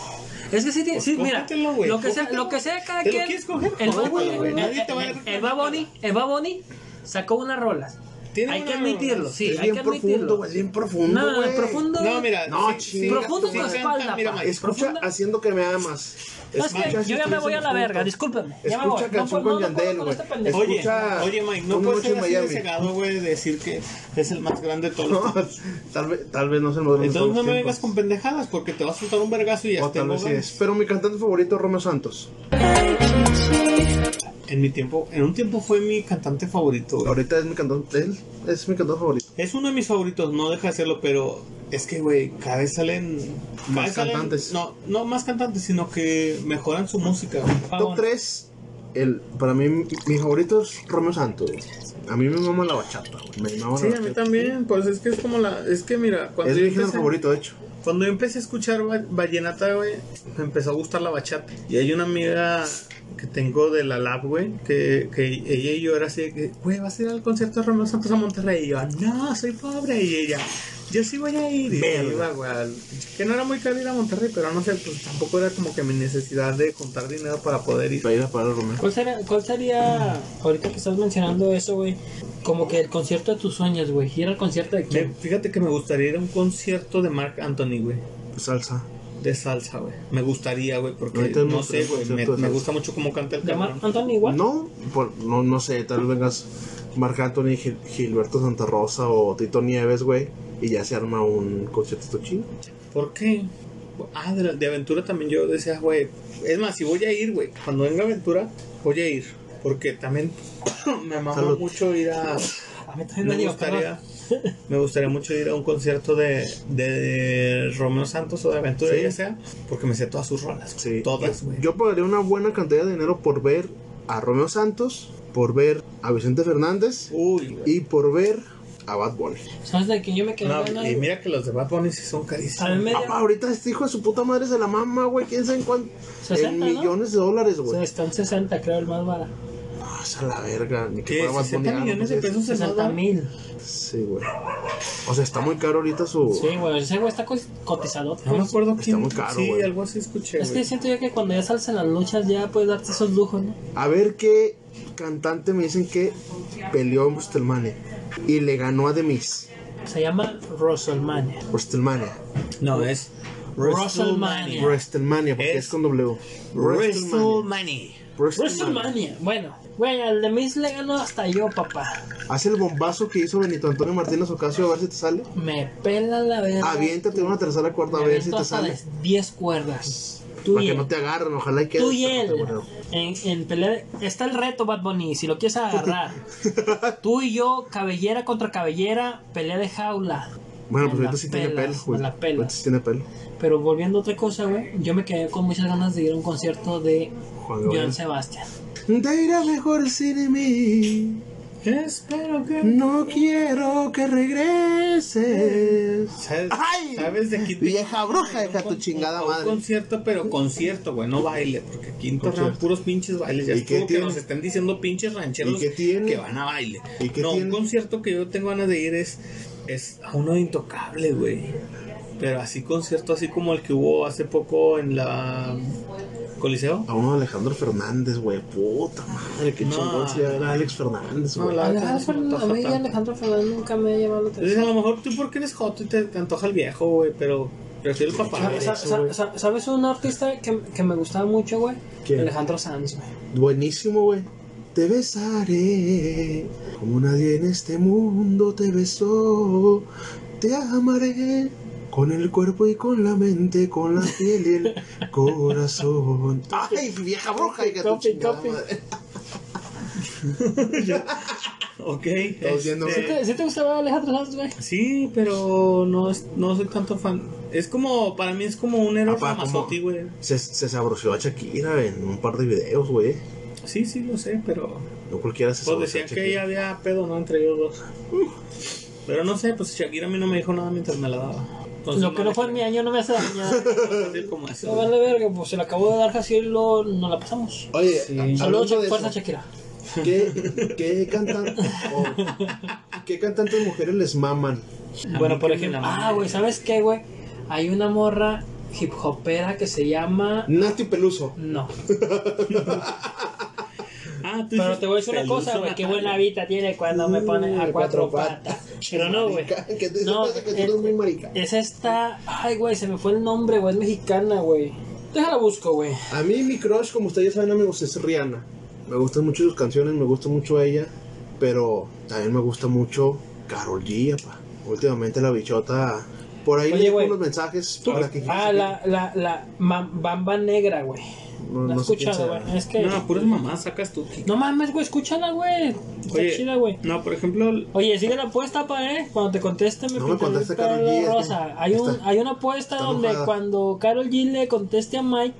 Es que sí, tiene- sí, mira. Pues cógetelo, güey, Lo que sea, cógetelo. lo que sea cada ¿Te lo quien. quieres coger? El Bad Cógetelo, Bunny, güey, el- nadie te va a el- dejar el Bad Bunny, el Bad Bunny sacó unas rolas. Tiene Hay que una- admitirlo, sí, es hay bien que profundo, admitirlo. güey. Es bien profundo, No, güey. profundo. No, mira, No, chinga Profundo en tu canta, espalda, mira, pa. Mike. Escucha Profunda. haciendo que me amas. ¿Sabes qué? Escucha, Yo ya me voy a la verga, discúlpenme. Ya me voy. Escucha puedo- canción con puedo Yandel, güey. este pendejo. Es- Oye, Escucha oye, Mike, no una puedes noche ser en así de Miami. cegado, güey, de decir que es el más grande de todos los (laughs) No, tiempos. tal vez, tal vez no es el más grande de Entonces todos no los me tiempos. vengas con pendejadas porque te vas a soltar un vergazo y ya O tal tengo vez sí ganas. es. Pero mi cantante favorito es Romeo Santos. En mi tiempo, en un tiempo fue mi cantante favorito, güey. Ahorita es mi cantante, él es mi cantante favorito. Es uno de mis favoritos, no deja de serlo, pero es que, güey, cada vez salen... cada Más vez salen- cantantes. no, no más cantantes, sino que mejoran su música. güey. Top 3, el, para mí, mi- mi favorito es Romeo Santos. güey. A mí me mama la bachata, güey. Me mama Sí, la a mí bachata. también, pues es que es como la... Es que mira, cuando Es yo mi género empecé, favorito, de hecho. cuando yo empecé a escuchar va- vallenata, güey, me empezó a gustar la bachata. Y hay una amiga que tengo de la lab, güey, que, que ella y yo era así, de que, güey, vas a ir al concierto de Romeo Santos a Monterrey. Y yo, no, soy pobre. Y ella, yo sí voy a ir. Y yo iba, güey, al- que no era muy caro ir a Monterrey, pero no sé, pues tampoco era como que mi necesidad de juntar dinero para poder ir. Para ir a parar a Romeo. ¿Cuál sería, ¿Cuál sería, ahorita que estás mencionando eso, güey, como que el concierto de tus sueños, güey? ¿Ir al concierto de Me- quién? fíjate que me gustaría ir a un concierto de Marc Anthony, güey. Salsa. De salsa, güey. Me gustaría, güey, porque Ahorita no no sé, güey. Me, concierto de me salsa. gusta mucho cómo canta el ¿Llamar cabrón. Anthony igual? No, por- no, no sé, tal vez vengas Marc Anthony, Gil- Gilberto Santa Rosa o Tito Nieves, güey, y ya se arma un concierto chido. ¿Por qué? Ah, de, la- de aventura también yo decía, güey. Es más, si voy a ir, güey. Cuando venga aventura, voy a ir. Porque también (coughs) me mamó Salud. mucho ir (laughs) a. A mí también me Me dio, gustaría, perdón. (laughs) me gustaría mucho ir a un concierto de, de Romeo Santos o de Aventura, Sí. ya sea, porque me sé todas sus rolas. güey. Sí. Todas, güey. Yo pagaría una buena cantidad de dinero por ver a Romeo Santos, por ver a Vicente Fernández Uy, güey. y por ver a Bad Bunny. ¿Sabes de quién yo me quedé No, ganas? y mira que los de Bad Bunny sí son A mí carísimos. me dio Papá, ahorita este hijo de su puta madre se la mama, güey, quién sabe en cuánto. 60, en ¿no? millones de dólares, o sea, güey. están 60, creo, el más barato. Pasa la verga, ni que ¿Qué? fuera Bad Bunny. 60 ah, no millones de sé. pesos es 60 nada. mil. Sí, güey. O sea, está muy caro ahorita su. Sí, güey, ese güey está co- cotizado. No me acuerdo Está quién. muy caro, sí, güey. algo así escuché. Es que güey. siento yo que cuando ya sales en las luchas ya puedes darte esos lujos, ¿no? A ver qué cantante me dicen que peleó en WrestleMania y le ganó a The Miz. Se llama Rosalmania. WrestleMania. No, es WrestleMania. WrestleMania, porque es, Es- con W. WrestleMania. WrestleMania. Bueno, güey, al de Miz le ganó hasta yo, papá. Haz el bombazo que hizo Benito Antonio Martínez Ocasio a ver si te sale. Me pela la verga. Aviéntate una tercera cuarta Ah, a Me ver si aventó te hasta sale. las 10 cuerdas. Tú Para y que él. no te agarren, ojalá y quede. Tú y él. En, en pelea. Está el reto, Bad Bunny. Si lo quieres (laughs) agarrar. Tú y yo, cabellera contra cabellera, pelea de jaula. Bueno, Me pues la ahorita sí tiene pelas, pelo, güey. me la pelas. Ahorita sí tiene pelo. Pero volviendo a otra cosa, güey. Yo me quedé con muchas ganas de ir a un concierto de Juan John Gabriel. Sebastián. Te irá mejor sin mí. Espero que. No quiero que regreses. ¿Sabes, ¡Ay! ¿Sabes de quién? Vieja bruja, hija tu chingada A un madre. concierto, pero concierto, güey, no baile, porque aquí en Torreón Concierto. puros pinches bailes. Ya ¿Y qué estuvo que tiene? nos estén diciendo pinches rancheros ¿Y qué tiene? que van a baile. ¿Y qué no, tiene? un concierto que yo tengo ganas de ir es, es a uno de intocable, güey. Pero así concierto, así como el que hubo hace poco en la Coliseo. A uno de Alejandro Fernández, güey. Puta madre, qué No. chingón sería ver a Alex Fernández, No, güey. la- Alejandro se me Fernández, a antoja mí tanto. Alejandro Fernández nunca me ha llamado la atención. Entonces, a lo mejor tú porque eres joto y te, te antoja el viejo, güey, pero Yo soy el papá. Sa- de sa- eso, sa- güey. sa- ¿Sabes un artista que, que me gustaba mucho, güey? ¿Quién? Alejandro Sanz, güey. Buenísimo, güey. Te besaré, como nadie en este mundo te besó. Te amaré con el cuerpo y con la mente, con la piel y el corazón. Ay, vieja bruja, hija de tu Copy, chingada copy. madre. Ok. Todos viendo- ¿Sí este, te, sí te gustaba Alejandro Sanz, güey? Sí, pero no, es- no soy tanto fan. Es como, para mí es como un héroe Apá, ¿cómo? Ramazotti, güey. Se, se sabroció a Shakira en un par de videos, güey. Sí, sí, lo sé, pero. No cualquiera se Pues sabroció decían a que ya Shakira. había pedo, ¿no? Entre ellos dos. Pero no sé, pues Shakira a mí no me dijo nada mientras me la daba. Entonces, Lo que no fue en mi año no me hace (laughs) daño. Fácil como eso, No güey. vale verga, pues se la acabo de dar así y lo, nos la pasamos. Oye, Sí. a- hablando Saludos, Cha- de fuerza eso, Shakira. ¿qué, qué, cantan- o- ¿qué cantantes mujeres les maman? A Bueno, mí por que me la ejemplo, mame. ah, güey, ¿sabes qué, güey? Hay una morra hip hopera que se llama. Nati Peluso. No, Ah, tú pero dices te voy a decir una Peluso cosa, güey. Qué Natalia. buena vida tiene cuando me pone a Uh, cuatro cuatro patas. patas. Pero no, (laughs) güey. Marica, Que te No, se me hace que tú eh, eres muy marica. Es esta. Ay, güey, se me fue el nombre, güey. Es mexicana, güey. Déjala busco, güey. A mí mi crush, como ustedes saben amigos, es Rihanna. Me gustan mucho sus canciones, me gusta mucho ella, pero también me gusta mucho Carol G, apa. Últimamente la bichota. Por ahí Oye, le dejo güey. unos mensajes para que Ah, la, la, la ma- bamba negra, güey. no, La he no sé quién escuchado, sea. güey. Es que. No, puras mamás sacas tú. No mames, güey, escúchala, güey. Está Oye, chida, güey. No, por ejemplo, Oye, sigue la apuesta, pa, eh. Cuando te conteste, me No me pinta el conteste, pelo Karol G, es que rosa. Hay, un, está- hay una apuesta está donde enojada. cuando Carol G le conteste a Mike,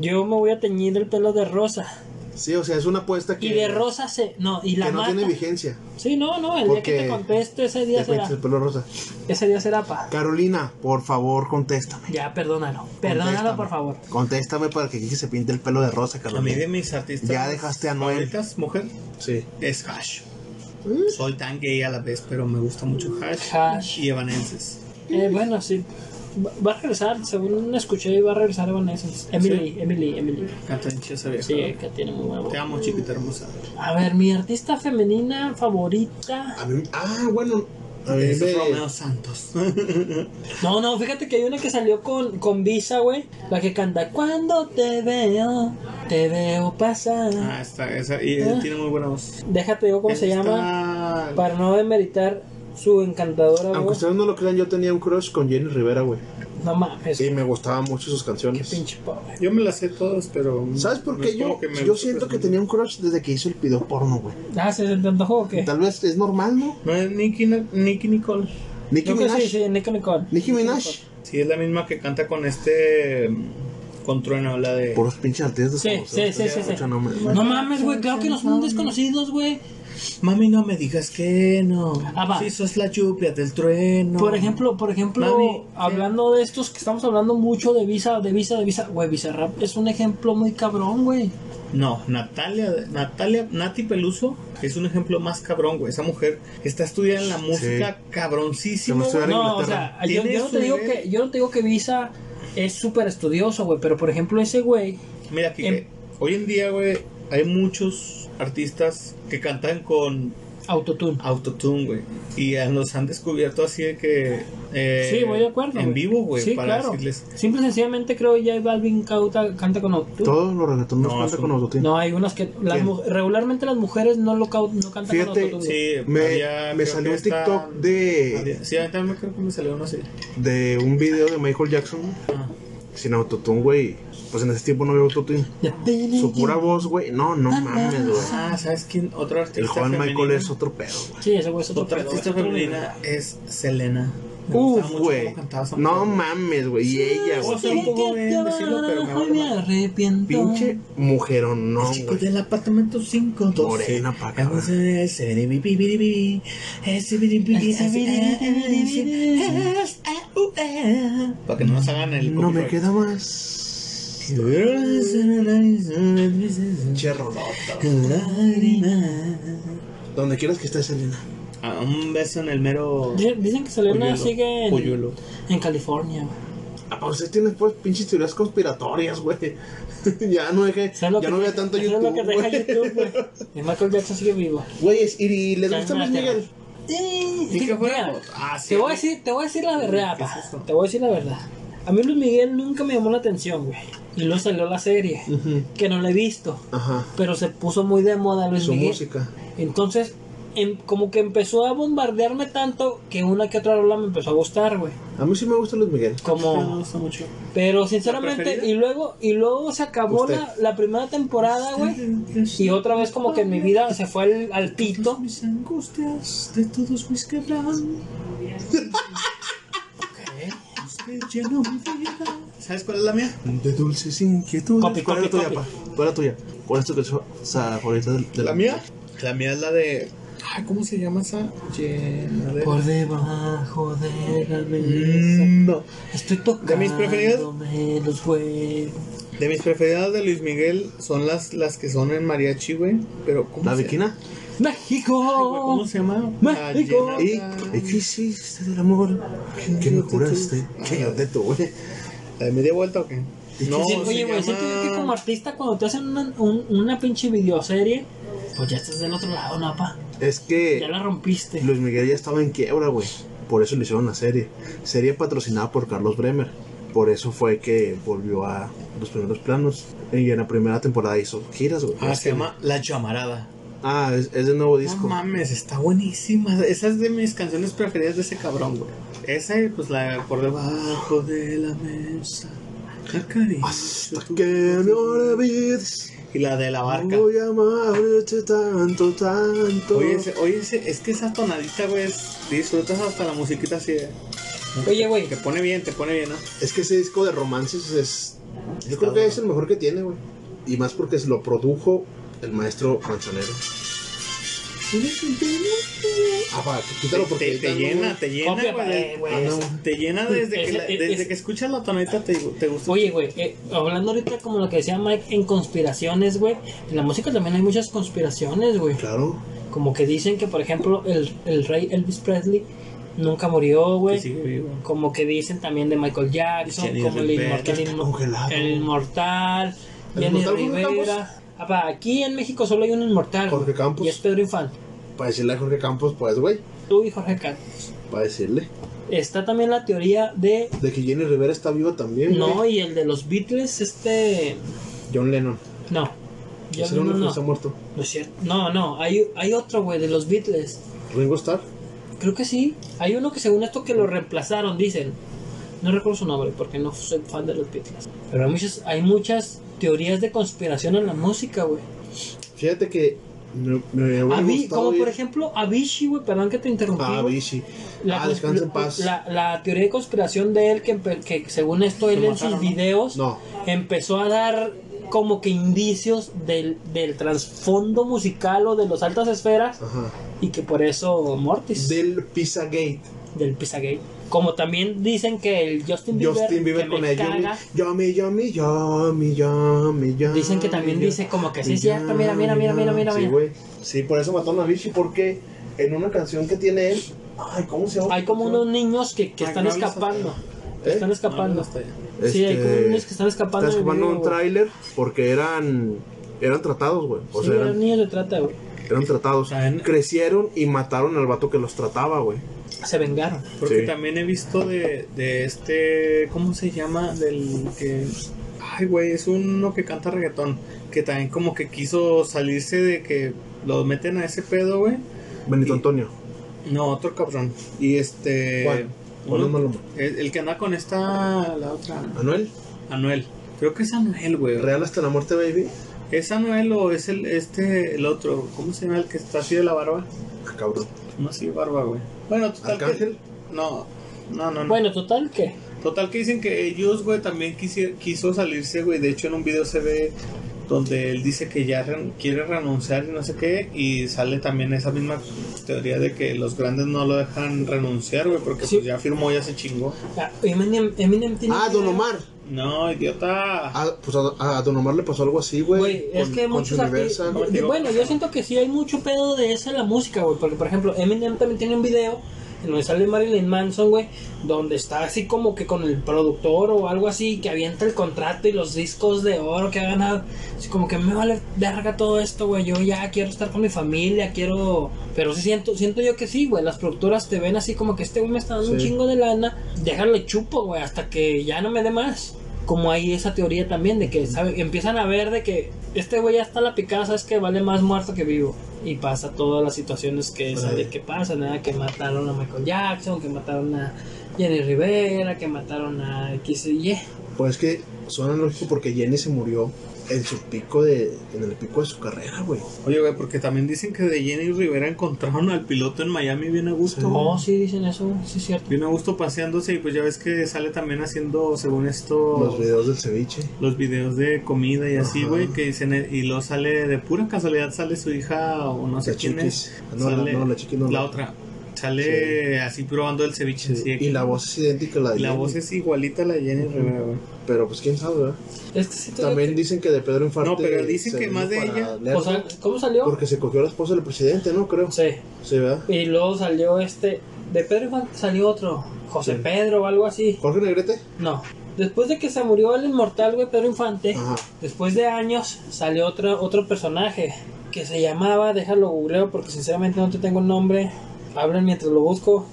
yo me voy a teñir el pelo de rosa. Sí, o sea, es una apuesta que, Y de rosa se. No, y la Eh, que no mata. tiene vigencia. sí, no, no. El día Porque que te conteste, ese Te día será. pintas el pelo rosa. Ese día será, pa. Carolina, por favor, contéstame. Ya, perdónalo. Perdónalo, Contéstame. por favor. Contéstame para que Kiki se pinte el pelo de rosa, a mí de Carolina. mis artistas. Ya dejaste a Noel. favoritas, mujer, Sí. es Hash. Soy tan gay a la vez, pero me gusta mucho Hash, ¿Eh? Hash. y Evanenses. Eh, bueno, sí. Va- Va a regresar, según escuché, va a regresar Evanescence. Emily, Emily, Emily. Canta bien chida esa vieja. Sí, que tiene muy buena voz. Te amo, chiquita hermosa. A ver, mi artista femenina favorita. A mí, ah, bueno. A mí Es me- Romeo Santos. (laughs) No, no, fíjate que hay una que salió con, con Visa, güey. La que canta Cuando te veo, te veo pasar. ah, está, esa, y él tiene muy buena voz. Déjate, digo cómo se Está- llama. Para no demeritar su encantadora Aunque voz. ustedes no lo crean, yo tenía un crush con Jenny Rivera, güey. No mames, Sí, me gustaban mucho sus qué canciones. pinche pobre. Yo me las sé todas, pero. ¿Sabes por no qué es como yo? me yo guste siento que presumir. tenía un crush desde que hizo el pido porno, güey. Ah, ¿se te antojó o qué? Tal vez es normal, ¿no? No es Nicki, Nicki Nicole. Nicki Yo creo que Minaj. sí, sí, Nicki Nicole. Nicki Minaj. Sí, es la misma que canta con este. mm, Con Trueno, la de. Puros pinches artistas. Sí, desconocidos, sí, sí, tenía sí, mucho sí. nombre. No mames, güey, claro que no son desconocidos, güey. Mami, no me digas que no. Ah, va. Si sos la lluvia del trueno. Por ejemplo, por ejemplo, Mami, hablando de estos que estamos hablando mucho de Visa, de Visa, de Visa, güey, Bizarrap es un ejemplo muy cabrón, güey. No, Natalia, Natalia, Nati Peluso es un ejemplo más cabrón, güey. Esa mujer está estudiando la música Se me cabroncísimo. estoy güey. en No, o Inglaterra. sea, yo, Tiene yo no su te digo nivel. que yo no te digo que Visa es súper estudioso, güey, pero por ejemplo ese güey, Mira, Kike, Em- hoy en día, güey, hay muchos artistas que cantan con autotune. autotune, güey. Y a- los han descubierto así de que... eh, sí, voy de acuerdo. En güey. vivo, güey, Sí, para claro. decirles... Simple y sencillamente creo que J Balvin cauta- canta con autotune. Todos los reggaetoneros No, cantan son- con autotune. No, hay unas que las ¿Quién? mu- regularmente las mujeres no lo cau- no cantan Fíjate, con autotune. güey. Sí, Me, había- me creo salió que un está- TikTok de, había- Sí, a mí también creo que me salió uno así. de un video de Michael Jackson Ah. sin autotune, güey. Pues en ese tiempo no había autotune. Su pura voz, güey. No, no mames, güey. Ah, ¿sabes quién? Otro artista El joven Michael femenino. es otro pedo, güey. Sí, ese güey es otro Otra pedo, artista es otro femenina es Selena. Me gustaba Uf, mucho güey. cómo cantaba esa No mujer, güey. mames, güey. Y ella, O güey. sea, un poco bien decirlo, pero me vale me madre. arrepiento. Pinche mujerón, no, El chico güey. del apartamento 512. Morena pa' acá, Vamos a ver, ese biribibibi, ese biribibi, Ese ese- biribibi. ese- es- ah, uh, ah. Para que no nos hagan el No me copyright. queda más. Pinche rolota, güey. Donde quieras que estés, Elena. Ah, Un beso en el mero. Dicen dicen que Selena Puyuelo. sigue en, Puyulo. en California, güey. Aparte, usted tiene pues pinches teorías conspiratorias, güey. (laughs) ya no dejé, Eso ya es lo que- no veía tanto eso YouTube. Es lo que deja güey. YouTube, (laughs) güey. Y Michael Jackson sigue vivo. Güeyes, y, y les Ya gusta no Luis me aterra. Miguel. Sí, que fíjate, fuera- mira, Ah, sí, te voy a güey. decir, te voy a decir la verdad, ¿Qué es pa. eso? te voy a decir la verdad. A mí Luis Miguel nunca me llamó la atención, güey. Y luego salió la serie, Ujú. que no la he visto. Ajá. Pero se puso muy de moda Luis Su Miguel. música. Entonces, em- como que empezó a bombardearme tanto que una que otra rola me empezó a gustar, güey. A mí sí me gusta Luis Miguel. Me Como, gusta mucho. pero ¿La sinceramente, preferida? y luego, y luego se acabó Usted. la, la primera temporada, güey. Y otra vez como que mi vida se fue al, al pito. Mis angustias de todos mis quebrantos que llenan mi vida. ¿Sabes cuál es la mía? De dulces inquietudes. Copy, ¿Cuál era copy, tuya, copy. pa? ¿Cuál era tuya? ¿Cuál es tu canción o sea, favorita del- de, ¿La mía? La mía es la de. Ay, ¿cómo se llama esa? Llena de- Por debajo de la mesa. Mm, No. Estoy tocando De mis preferidas. los huevos. De mis preferidas de Luis Miguel son las, las que son en mariachi, güey. Pero ¿cómo ¿La se- Bikina? Ay, güey, México. ¿Cómo se llama? México. La ¿Y, llena- ¿Y qué hiciste del amor? ¿Qué me juraste? ¿Qué yo te tuve? ¿La de media vuelta o qué? No, Sí, se oye, güey, siento yo que como llama... artista cuando te hacen una, un- una pinche videoserie, pues ya estás del otro lado, napa. Es Ya que la rompiste. Luis Miguel ya estaba en quiebra, güey. Por eso le hicieron la serie. Serie patrocinada por Carlos Bremer. Por eso fue que volvió a los primeros planos. Y en la primera temporada hizo giras, güey. Ah, se llama La Llamarada. Ah, es, es del nuevo No disco. mames, está buenísima. Esa es de mis canciones preferidas de ese cabrón, güey. Esa y pues la por debajo de la mesa. Acaricio Hasta tu- que me olvides. Y la de la barca. Voy a amarte tanto, tanto. Oye, ese- oye, ese- es que esa tonadita, güey, es- disfrutas hasta la musiquita así. de- Oye, güey, Te pone bien, te pone bien, ¿no? Es que ese disco de romances es. Yo Está creo que duro. es el mejor que tiene, güey. Y más porque se lo produjo el maestro Manzanero. Apa, Ah, quítalo Te, porque. te llena, te llena, Copia, güey. eh, güey, Ah, no. es- Te (laughs) llena desde que, Ese- la- es- desde es- que escuchas la tonadita, te, te gusta. oye, güey, eh, hablando ahorita como lo que decía Mike en conspiraciones, güey, en la música también hay muchas conspiraciones, güey. Claro. Como que dicen que, por ejemplo, el, el rey Elvis Presley nunca murió, Que güey. sigue vivo. Como que dicen también de Michael Jackson, Jenny como el Rivera, inmortal, está congelado. el inmortal, ¿El Jenny inmortal Jorge Rivera. Apa, aquí en México solo hay un inmortal. Jorge güey, Campos. Y es Pedro Infante. Para decirle a Jorge Campos, pues, güey. Tú y Jorge Campos. Para decirle. Está también la teoría de. De que Jenny Rivera está viva también. No, güey. y el de los Beatles, este. John Lennon. No. Yo Ese no, hombre no, está no. muerto. No es cierto. No, no. Hay, hay otro, güey, de los Beatles. Ringo Starr. Creo que sí. Hay uno que según esto que lo reemplazaron, dicen. No recuerdo su nombre porque no soy fan de los Beatles. Pero hay muchas, hay muchas teorías de conspiración en la música, güey. Fíjate que. Me, me hubiera Avi- gustado Como ir- por ejemplo Avicii, güey, perdón que te interrumpí. Ah, güey. Vichy. La, ah, descansa en la- paz. La, la teoría de conspiración de él, que, empe- que según esto él Lo en mataron, sus ¿no? videos No. empezó a dar como que indicios del, del trasfondo musical o de las altas esferas Ajá. y que por eso Mortis Del Pizza Gate. del Pizzagate. Como también dicen que el Justin Bieber, Justin Bieber que con me el Yummy, caga, Yummy, Yummy, Yummy, Yummy, Yummy. dicen que también dice como que sí es cierto, mira, mira, mira, mira, mira, Sí, mira. güey. Sí, por eso mató a Vichy, porque en una canción que tiene él. Ay, ¿cómo se llama? Hay como unos niños que, que Ay, están Ah, no hables hasta escapando. ¿Eh? Están escapando. hasta allá. Sí, hay como Este, niños que están escapando. Están del escapando video, un güey. tráiler porque eran. Eran tratados, güey. O Sí, sea, eran eran, niños de trata, güey. eran tratados. Saben- Crecieron y mataron al vato que los trataba, güey. Se vengaron. Porque Sí. también he visto de, de este. ¿Cómo se llama? Del que. Ay, güey, es uno que canta reggaetón. Que también como que quiso salirse de que lo meten a ese pedo, güey. Benito Y- Antonio. No, otro cabrón. Y este. ¿Cuál? uno- ¿Cuál es Maluma? el, el que anda con esta. La otra. Anuel. Anuel. Creo que es Anuel, güey. Real hasta la muerte, baby. ¿Es Anuel o es el este el otro? ¿Cómo se llama el que está así de la barba? Ah, cabrón. No así de barba, güey. Bueno, total Arcángel. que. No, no, no. no. Bueno, total que Total que dicen que ellos, güey, también quisi- quiso salirse, güey. De hecho, en un video se ve donde él dice que ya ren- quiere renunciar y no sé qué. Y sale también esa misma teoría de que los grandes no lo dejan renunciar, güey, porque Sí. pues ya firmó, ya se chingó. ah, Eminem, Eminem tiene Ah, un Don video- Omar. No, idiota. Ah, pues a, a Don Omar le pasó algo así, güey. Güey, es con- que con muchos su arti- Universal. Bueno, yo siento que sí hay mucho pedo de eso en la música, güey. Porque, por ejemplo, Eminem también tiene un video donde sale Marilyn Manson, güey, donde está así como que con el productor o algo así, que avienta el contrato y los discos de oro que ha ganado. Así como que me vale verga todo esto, güey. Yo ya quiero estar con mi familia, quiero. Pero sí siento, siento yo que sí, güey. Las productoras te ven así como que este güey me está dando un Sí. chingo de lana, déjale chupo, güey, hasta que ya no me dé más. Como hay esa teoría también de que ¿sabe? empiezan a ver de que este güey ya está a la picada, sabes que vale más muerto que vivo. Y pasa todas las situaciones que sabe que pasa, nada que mataron a Michael Jackson, que mataron a Jenny Rivera, que mataron a X y Y. Pues es que suena lógico porque Jenny se murió en su pico de. en el pico de su carrera, güey. Oye, güey, porque también dicen que de Jenny Rivera encontraron al piloto en Miami bien a gusto. Oh, sí, dicen eso, güey, sí es cierto. Bien a gusto paseándose y pues ya ves que sale también haciendo, según esto, Los videos del ceviche. los videos de comida y así, Ajá. güey, que dicen, eh, y luego sale, de pura casualidad sale su hija o no sé La quién chiquis. es. Ah, no, la- sale- no, la chiquis no, La la- otra. Sale así probando el ceviche. así de que- Y la voz es idéntica a la de la Jenny, voz es igualita a la de Jenny Rivera, güey. Pero pues quién sabe, ¿verdad? Es que sí te- También dicen que de Pedro Infante. No, pero dicen se que vino más de para ella. Lerdo, o sea, ¿cómo salió? Porque se cogió a la esposa del presidente, ¿no? Creo. Sí. Sí, ¿verdad? Y luego salió este. De Pedro Infante salió otro. José Sí. Pedro o algo así. Jorge Negrete. No. Después de que se murió el inmortal, güey, Pedro Infante, Ajá. después de años salió otro, otro personaje que se llamaba, déjalo googleo porque sinceramente no te tengo el nombre. Hablen mientras lo busco.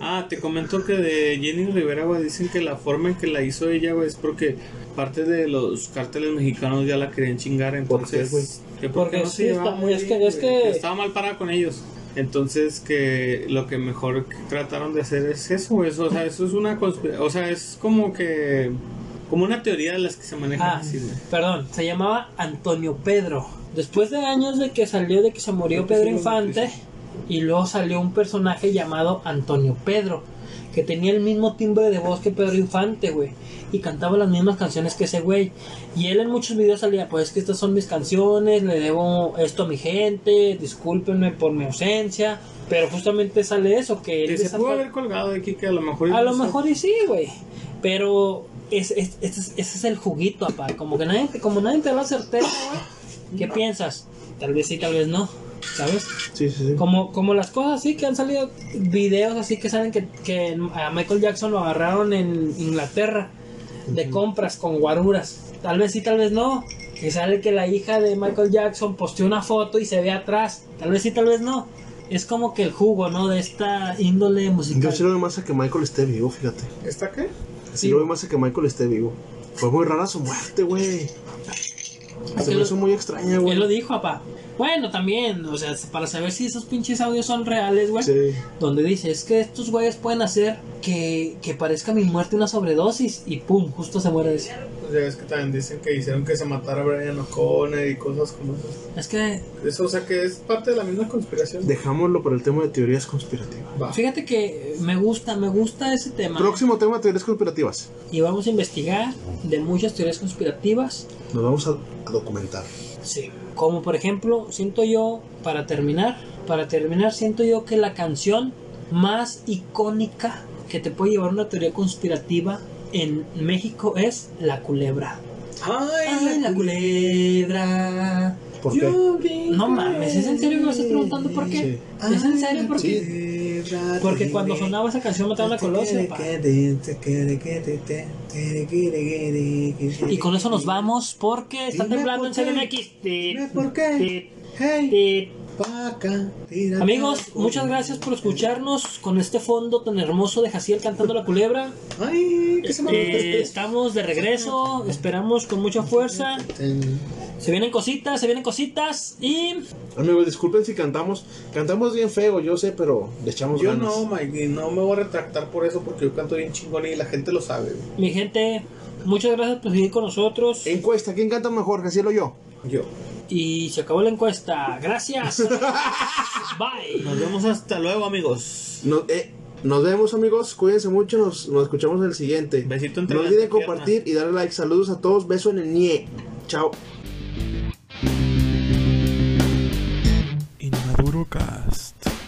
Ah, te comento que de Jenny Rivera, güey, dicen que la forma en que la hizo ella, güey, es porque parte de los cárteles mexicanos ya la querían chingar, entonces... güey? que Porque sí está llevaba muy- es bien, que- es güey, que- Estaba mal parada con ellos. Entonces que lo que mejor que trataron de hacer es eso, güey, eso, o sea, eso es una conspira- o sea, es como que... Como una teoría de las que se manejan Ah, así, güey. perdón, se llamaba Antonio Pedro. Después de años de que salió, de que se murió Creo que sí Pedro lo Infante, noticia. y luego salió un personaje llamado Antonio Pedro, que tenía el mismo timbre de voz que Pedro Infante, güey, y cantaba las mismas canciones que ese güey. Y él en muchos videos salía, pues es que estas son mis canciones, le debo esto a mi gente, discúlpenme por mi ausencia, pero justamente sale eso, que él Que se desapa- pudo haber colgado de aquí que a lo mejor... a lo incluso- mejor y sí, güey. Pero es, es- ese es- ese es el juguito, papá. Como que nadie, te- como nadie te da la certeza, güey. ¿Qué piensas? Tal vez sí, tal vez no. ¿Sabes? Sí, sí, sí. Como, como las cosas así que han salido videos así que saben que, que a Michael Jackson lo agarraron en Inglaterra de compras con guaruras. Tal vez sí, tal vez no. Que sale que la hija de Michael Jackson posteó una foto y se ve atrás. Tal vez sí, tal vez no. Es como que el jugo, ¿no? De esta índole musical. Yo sí lo veo más a que Michael esté vivo, fíjate. ¿Está qué? Sí lo veo más a que Michael esté vivo. Fue muy rara su muerte, güey. que Se me lo- hizo muy extraña, Él lo güey. dijo, papá. Bueno, también, o sea, para saber si esos pinches audios son reales, güey. Sí. Donde dice, es que estos güeyes pueden hacer que, que parezca mi muerte una sobredosis y pum, justo se muere ese. Pues ya ves que también dicen que hicieron que se matara Brian O'Connor y cosas como esas. Es que, Eso, o sea, que es parte de la misma conspiración. Dejámoslo para el tema de teorías conspirativas. Va. fíjate que me gusta, me gusta ese tema. Próximo tema de teorías conspirativas. Y vamos a investigar de muchas teorías conspirativas. Nos vamos a, a documentar. Sí. Como por ejemplo, siento yo, para terminar, para terminar, siento yo que la canción más icónica que te puede llevar una teoría conspirativa en México es La Culebra. Ay, Ay, la culebra. ¿Por qué? No mames, ¿es en serio que me estás preguntando por qué? ¿Es en serio por qué? Porque cuando sonaba esa canción mataron Este a Colosio, pa. Y con eso nos vamos porque está Dime temblando por en qué. CDMX. ¿Por qué? Hey, Tit, tit. vaca, tírate. Amigos, muchas gracias por escucharnos con este fondo tan hermoso de Jaciel cantando la culebra. Ay, que se me Eh, estamos de regreso, esperamos con mucha fuerza. este. Se vienen cositas, se vienen cositas y Amigos, disculpen si cantamos. Cantamos bien feo, yo sé, pero le echamos Yo ganas. no, Mike, no me voy a retractar por eso porque yo canto bien chingón y la gente lo sabe. güey. mi gente, muchas gracias por seguir con nosotros. Encuesta, ¿quién canta mejor, Jaciel o yo? Yo. Y se acabó la encuesta. Gracias. Bye. Nos vemos hasta luego, amigos. No, eh, nos vemos, amigos. Cuídense mucho. Nos, nos escuchamos en el siguiente. Besito entre no las olviden piernas. compartir y darle like. Saludos a todos. Beso en el nie. Chao. Inmaduro Cast.